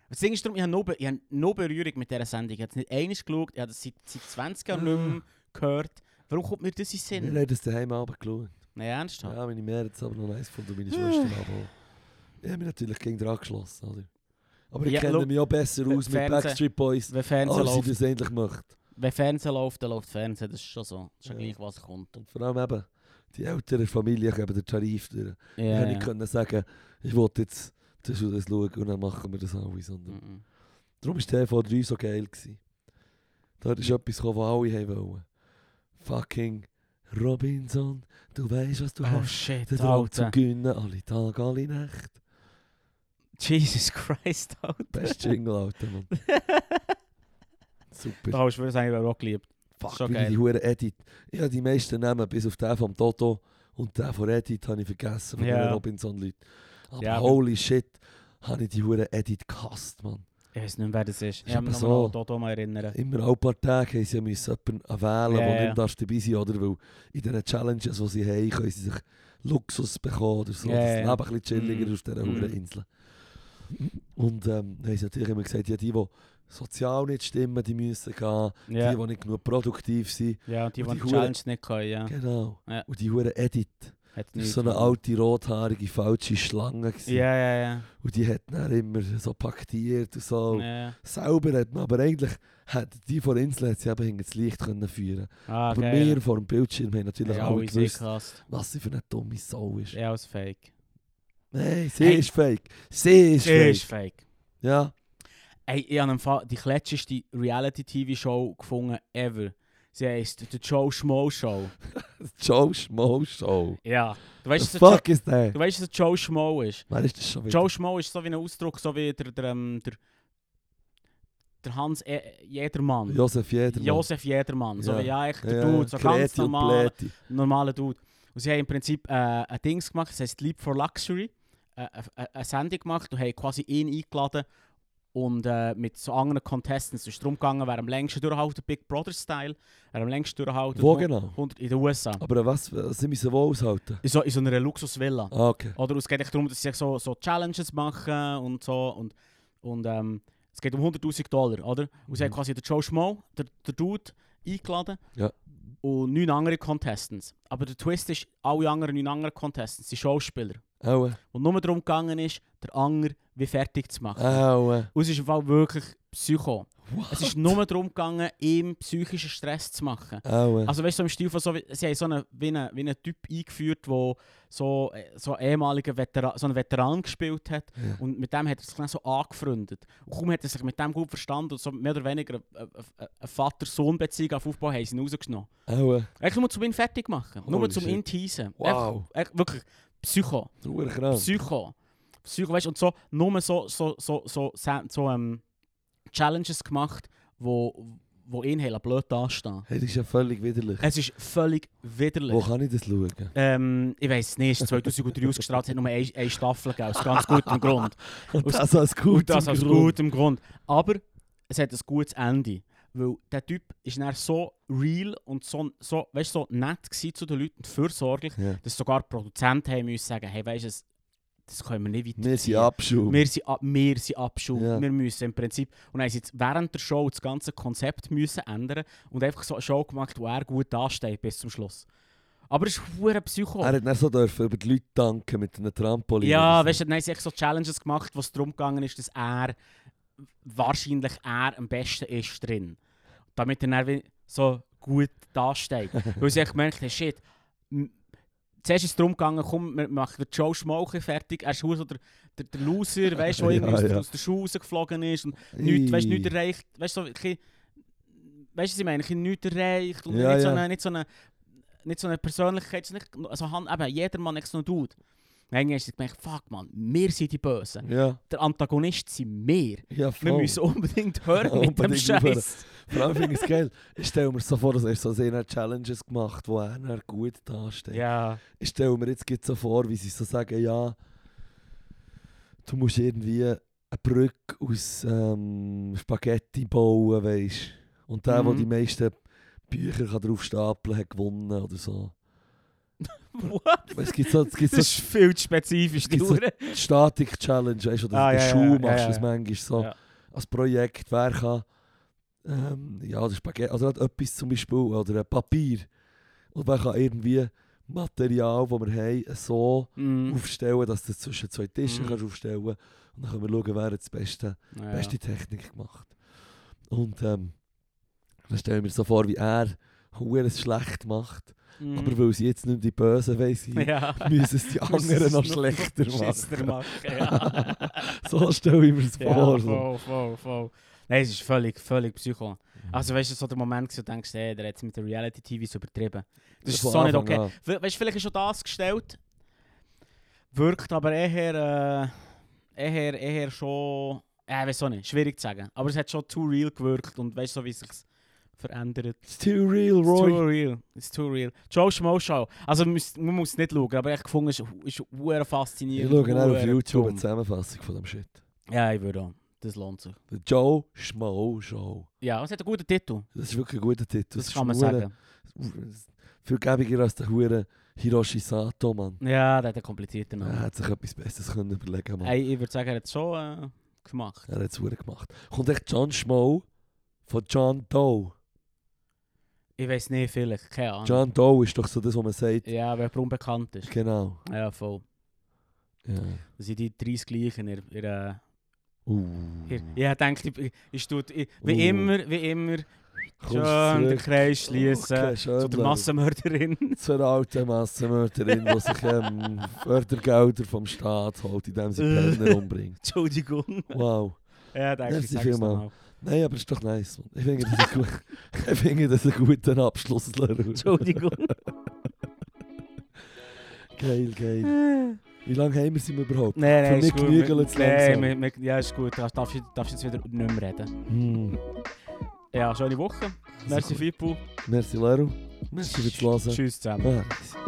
A: Das Ding ist darum, ich habe noch, Be- ich habe noch Berührung mit dieser Sendung. Ich habe es nicht einmal geschaut, ich habe das seit, seit 20 Jahren nicht mehr gehört. Warum kommt mir das in den
B: Wir
A: Sinn?
B: haben das daheim Abend geschaut.
A: Nein, ernsthaft?
B: Ja, meine Mutter hat es aber noch eins gefunden und meine
A: Ah.
B: Schwester aber Ich habe mich natürlich gegen dran angeschlossen. Oder? Aber ich
A: Ja,
B: kenne
A: schau,
B: mich auch besser
A: Fe-
B: aus mit
A: Fernsehen.
B: Backstreet Boys,
A: Wenn Fernsehen,
B: als ich
A: läuft,
B: das endlich möchte.
A: wenn Fernsehen läuft, dann läuft Fernsehen. Das ist schon so. Das ist ja
B: Ja.
A: gleich, dus- was kommt.
B: Und vor allem eben, nou die älteren Familien geben den Tarif durch. Ich
A: Ja,
B: hätte nicht
A: ja.
B: können sagen, ich wollte jetzt das und das schauen und dann machen wir das alle. Sondern
A: Mhm.
B: Darum war TV3 so geil. Gewesen. Da ist
A: Mm.
B: etwas gekommen, was alle haben wollen. Fucking Robinson, du weißt, was du
A: Oh
B: hast. Der
A: shit,
B: Traum zu
A: Alter.
B: gönnen, alle Tage, alle Nacht.
A: Jesus Christ, Alter.
B: Best Jingle, Alter, Mann.
A: Da
B: Super.
A: hast du es eigentlich auch geliebt.
B: Fuck,
A: schon
B: wie
A: geil.
B: die Huren Edit. Ich habe die meisten Namen, bis auf den vom Toto und den von Edit, habe ich vergessen, von
A: Ja.
B: den Robinson-Leuten. Aber
A: Ja, aber-
B: holy shit, habe ich die Huren Edit gehasst, Mann.
A: Ich weiß nicht mehr, wer das ist. Ich
B: Ist
A: kann mich
B: aber
A: nur noch an
B: so.
A: Toto mal erinnern.
B: Immer alle paar Tage haben sie ja müssen jemanden wählen,
A: Ja,
B: der
A: ja.
B: nicht darf dabei sein oder? Weil in diesen Challenges, die sie haben, können sie sich Luxus dus bekommen oder so.
A: Ja,
B: das Leben
A: ja.
B: ein bisschen chilliger
A: Mhm.
B: auf dieser
A: Mhm.
B: Huren Insel. Und ähm, dann haben sie natürlich immer gesagt, ja, die, die sozial nicht stimmen, die müssen gehen.
A: Ja,
B: die, die nicht genug produktiv sind.
A: ja und die,
B: und
A: die
B: die
A: die Challenge nicht können, ja.
B: Genau.
A: Ah. Ja.
B: Und nou, die hure Edit.
A: Hat
B: Das war
A: nichts
B: so eine
A: gewonnen.
B: alte, rothaarige, falsche Schlange. gewesen.
A: Ja, ja, ja.
B: Und die hat dann immer so paktiert und so.
A: ja. ja.
B: Sauber hat man, aber eigentlich hat die von der Insel hat sie eben hinter das Licht können führen
A: Ah,
B: Aber
A: geil.
B: wir vor dem Bildschirm haben natürlich
A: Ja,
B: alle
A: alle sind
B: gewusst,
A: krass.
B: was sie für eine dumme Sau ist.
A: Ja, als fake.
B: Nein, sie
A: Hey.
B: ist fake. Sie ist
A: Er
B: fake.
A: ist fake.
B: Ja.
A: Ey, ich habe im Fall die kletscheste Reality-TV-Show gefunden ever. Sie heisst The Joe Schmo Show.
B: Joe Schmo Show.
A: Ja. Du
B: Was the
A: weißt, was der Jo-
B: fuck ist der?
A: du weißt, was der Joe Schmo ist?
B: Wer ist das schon wieder?
A: Joe Schmo ist so wie ein Ausdruck, so wie der, der, ähm, der, der Hans e Jedermann.
B: Josef Jedermann.
A: Josef Jedermann. So
B: Ja.
A: wie ja, echt der
B: Ja,
A: Dude, so ganz
B: Kreti und
A: normal.
B: Pleti.
A: normaler Dude. Und sie haben im Prinzip äh, ein Dings gemacht, das heisst Leap for Luxury, äh, äh, äh, eine Sendung gemacht und haben quasi ihn eingeladen und äh, mit so anderen Contestants. Es ist darum gegangen, wer am längsten durchhalten, Big Brother-Style, wer am längsten durchhalten,
B: Wo Oh. genau?
A: 100 in den USA.
B: Aber was, was sie müssen wohl aushalten.
A: In so, in so einer Luxusvilla.
B: Ah, okay.
A: Oder es geht echt darum, dass sie so, so Challenges machen und so. Und, und ähm, es geht um 100'000 Dollar, oder? Und sie haben
B: Mhm.
A: quasi den Joe Schmo, der, der Dude, eingeladen.
B: Ja.
A: Und neun andere Contestants. Aber der Twist ist, alle anderen neun anderen Contestants sind Schauspieler.
B: Aua.
A: Und nur darum gegangen ist, der Anger wie fertig zu machen.
B: Aua.
A: Und es ist im Fall wirklich Psycho.
B: Ah. What?
A: Es ist nur darum gegangen, ihm psychischen Stress zu machen.
B: Aua.
A: Also weißt du, so im Stil von so, wie- sie haben so einen, wie einen, wie einen Typ eingeführt, der so, äh, so einen ehemaligen Veteran, so einen Veteran gespielt hat
B: Ja.
A: und mit dem hat er sich dann so angefreundet. Und kaum hat er sich mit dem gut verstanden und so mehr oder weniger eine, eine, eine Vater-Sohn-Beziehung auf Aufbau haben sie ihn rausgenommen.
B: Aua.
A: Eigentlich nur zum ihn fertig machen, nur
B: Holy
A: zum
B: shit.
A: ihn teasen.
B: Wow.
A: Echt, echt, wirklich, Psycho.
B: Ruhe krank.
A: Psycho. Psycho, weißt du, und so, nur so, so, so, so, so, so ähm, Challenges gemacht, wo, wo ihn haben blöd dastehen.
B: Hey, das ist ja völlig widerlich.
A: Es ist völlig widerlich.
B: Wo kann ich das schauen?
A: Ähm, ich weiß es nicht, 2003 ausgestrahlt, es hat nur eine, eine Staffel gegeben, aus ganz gutem Grund.
B: Und
A: Aus-
B: das als gut.
A: Und das aus gutem Grund. Aber es hat ein gutes Ende. Weil der Typ ist dann so real und so, so, weißt, so nett gewesen zu den Leuten und fürsorglich,
B: Ja.
A: dass sogar die Produzenten haben müssen sagen, hey, weißt du, das können wir nicht
B: Wir sind
A: weiterziehen.
B: Abschuh.
A: Wir sind, ab, wir sind abschuld.
B: Ja.
A: Wir müssen im Prinzip. Und haben sie jetzt während der Show das ganze Konzept müssen ändern und einfach so eine Show gemacht, wo er gut dasteht bis zum Schluss. Aber es ist hure Psycho.
B: Er hat nicht so dürfen über die Leute danken mit einem Trampolin.
A: ja,
B: oder
A: weißt
B: so.
A: du, dann haben sie echt so Challenges gemacht, wo es darum gegangen ist, dass er wahrscheinlich er am besten ist drin. Damit er dann wie so gut dasteht. Weil sie echt gemerkt haben, shit, m- Zuerst ist es darum gegangen, komm, wir machen den Joe Schmolke fertig. Er ist so der, der, der Loser, weißt du, der
B: Ja,
A: irgendwie aus-
B: ja.
A: aus der Schule rausgeflogen ist und nichts, weißt, nichts erreicht. Weißt du, so, ein bisschen- weißt du, was ich meine? Ein bisschen Nichts erreicht und
B: Ja,
A: nicht, So
B: ja.
A: eine, nicht, so eine, nicht so eine Persönlichkeit. so Nicht, also, Han- eben, jedermann ist so ein Dude. Und Irgendwann hast du gemerkt, fuck man, wir sind die Bösen.
B: Ja, Oh.
A: Der Antagonist sind wir.
B: ja,
A: Wir
B: voll.
A: müssen unbedingt hören mit dem
B: Unbedingt aufhören.
A: Scheiß.
B: Vor allem finde ich es geil. Ich stelle mir so vor, dass er so sehr Challenges gemacht wo er dann gut dasteht.
A: Ja.
B: Ich stelle mir jetzt gerade so vor, wie sie so sagen, ja, du musst irgendwie eine Brücke aus ähm, Spaghetti bauen, weißt Und der, der
A: Mhm.
B: die meisten Bücher kann drauf stapeln hat gewonnen oder so.
A: What?
B: Es gibt so, es gibt
A: Das
B: so
A: ist viel zu spezifisch,
B: Gibt's
A: Dure.
B: die Statik-Challenge, weißt du, oder
A: Ah,
B: in der
A: ja, ja,
B: Schule
A: ja,
B: machst
A: ja,
B: du es
A: ja.
B: manchmal so
A: Ja.
B: als Projekt, wer kann, ähm, ja, oder Spaghetti, oder halt etwas zum Beispiel, oder ein Papier. Und wer kann irgendwie Material, das wir haben, so
A: Mhm.
B: aufstellen, dass du es zwischen zwei Tischen
A: Mhm.
B: kannst aufstellen kannst. Und dann können wir schauen, wer hat die beste,
A: Ja.
B: beste Technik gemacht. Und ähm, dann stellen wir so vor, wie er verdammt schlecht macht.
A: Mhm.
B: Aber weil sie jetzt nicht die Bösen weiss,
A: ja.
B: müssen es die anderen noch schlechter machen.
A: Schlechter machen, ja.
B: so stelle ich mir das
A: ja,
B: vor. so.
A: voll, voll, voll. Nein, es ist völlig, völlig psycho. Also weißt du, so der Moment, wo du denkst, ey, der hat es mit der Reality-TVs übertrieben. Das ist
B: Von
A: so nicht
B: Anfang
A: okay.
B: an.
A: We- Weißt du, vielleicht ist schon das gestellt, wirkt aber eher, äh, eher, eher schon, äh, weiß auch nicht, schwierig zu sagen. Aber es hat schon too real gewirkt und weißt du, so, wie es sich verändert.
B: It's too real,
A: It's
B: Roy.
A: too real. It's too real. Joe Schmo Show. Also man muss, man muss nicht schauen, aber ich gefunden, es ist, ist huere
B: Ich
A: faszinierend.
B: schaue dann auf
A: huere
B: YouTube
A: dumm.
B: eine Zusammenfassung von dem Shit.
A: Ja, ich würde auch. Das lohnt sich.
B: The Joe Schmo Show.
A: Ja, es hat einen guten Titel.
B: Das ist wirklich ein guter Titel.
A: Das,
B: ist
A: kann man
B: verdammt-
A: sagen.
B: Viel gäbiger als der Hure Hiroshi Sato, Mann.
A: Ja, der hat einen komplizierten
B: Er
A: Namen.
B: hat sich etwas Besseres können überlegen Mann.
A: Ey, ich würde sagen, er hat es schon äh, gemacht.
B: Er hat es gemacht. Kommt echt John Schmo von John Doe.
A: Ich weiß nicht, vielleicht. Keine Ahnung.
B: John Doe ist doch so das, was man sagt.
A: Ah. Ja, wer aber unbekannt ist.
B: Genau.
A: dus- Ja, voll.
B: Ja.
A: Das sind die 30 gleichen. Ihr, ihr, äh,
B: Uh.
A: ihr, ja, denkt, ich, ich, ich, tue- ich, wie
B: Uh.
A: immer, wie immer,
B: Kommst
A: schön den
B: zurück.
A: Kreis schließen
B: Okay, schön,
A: zu der
B: Leute.
A: Massenmörderin.
B: Zur alten Massenmörderin, die sich ähm, Fördergelder vom Staat holt, indem sie Penner umbringt.
A: Entschuldigung.
B: Wow.
A: Ja, danke, ich
B: Merci
A: sag's
B: vielmal.
A: nochmal.
B: Nein, aber ist doch nice. Mann. Ich finde, das ist gut. ich finde, das ist ein guter Abschluss. Leru.
A: Entschuldigung.
B: Geil, geil.
A: nein,
B: Wie lange haben wir sie überhaupt?
A: nein,
B: mich
A: ist gut.
B: genügeln jetzt langsam.
A: Nein, wir- wir- ja, ist gut. Darfst, darfst, darfst jetzt wieder nicht mehr reden.
B: Hm.
A: Ja, schöne Woche. Merci,
B: gut.
A: Fippo.
B: Merci, Leru. Merci fürs Hören.
A: Tschüss zusammen.
B: Ah,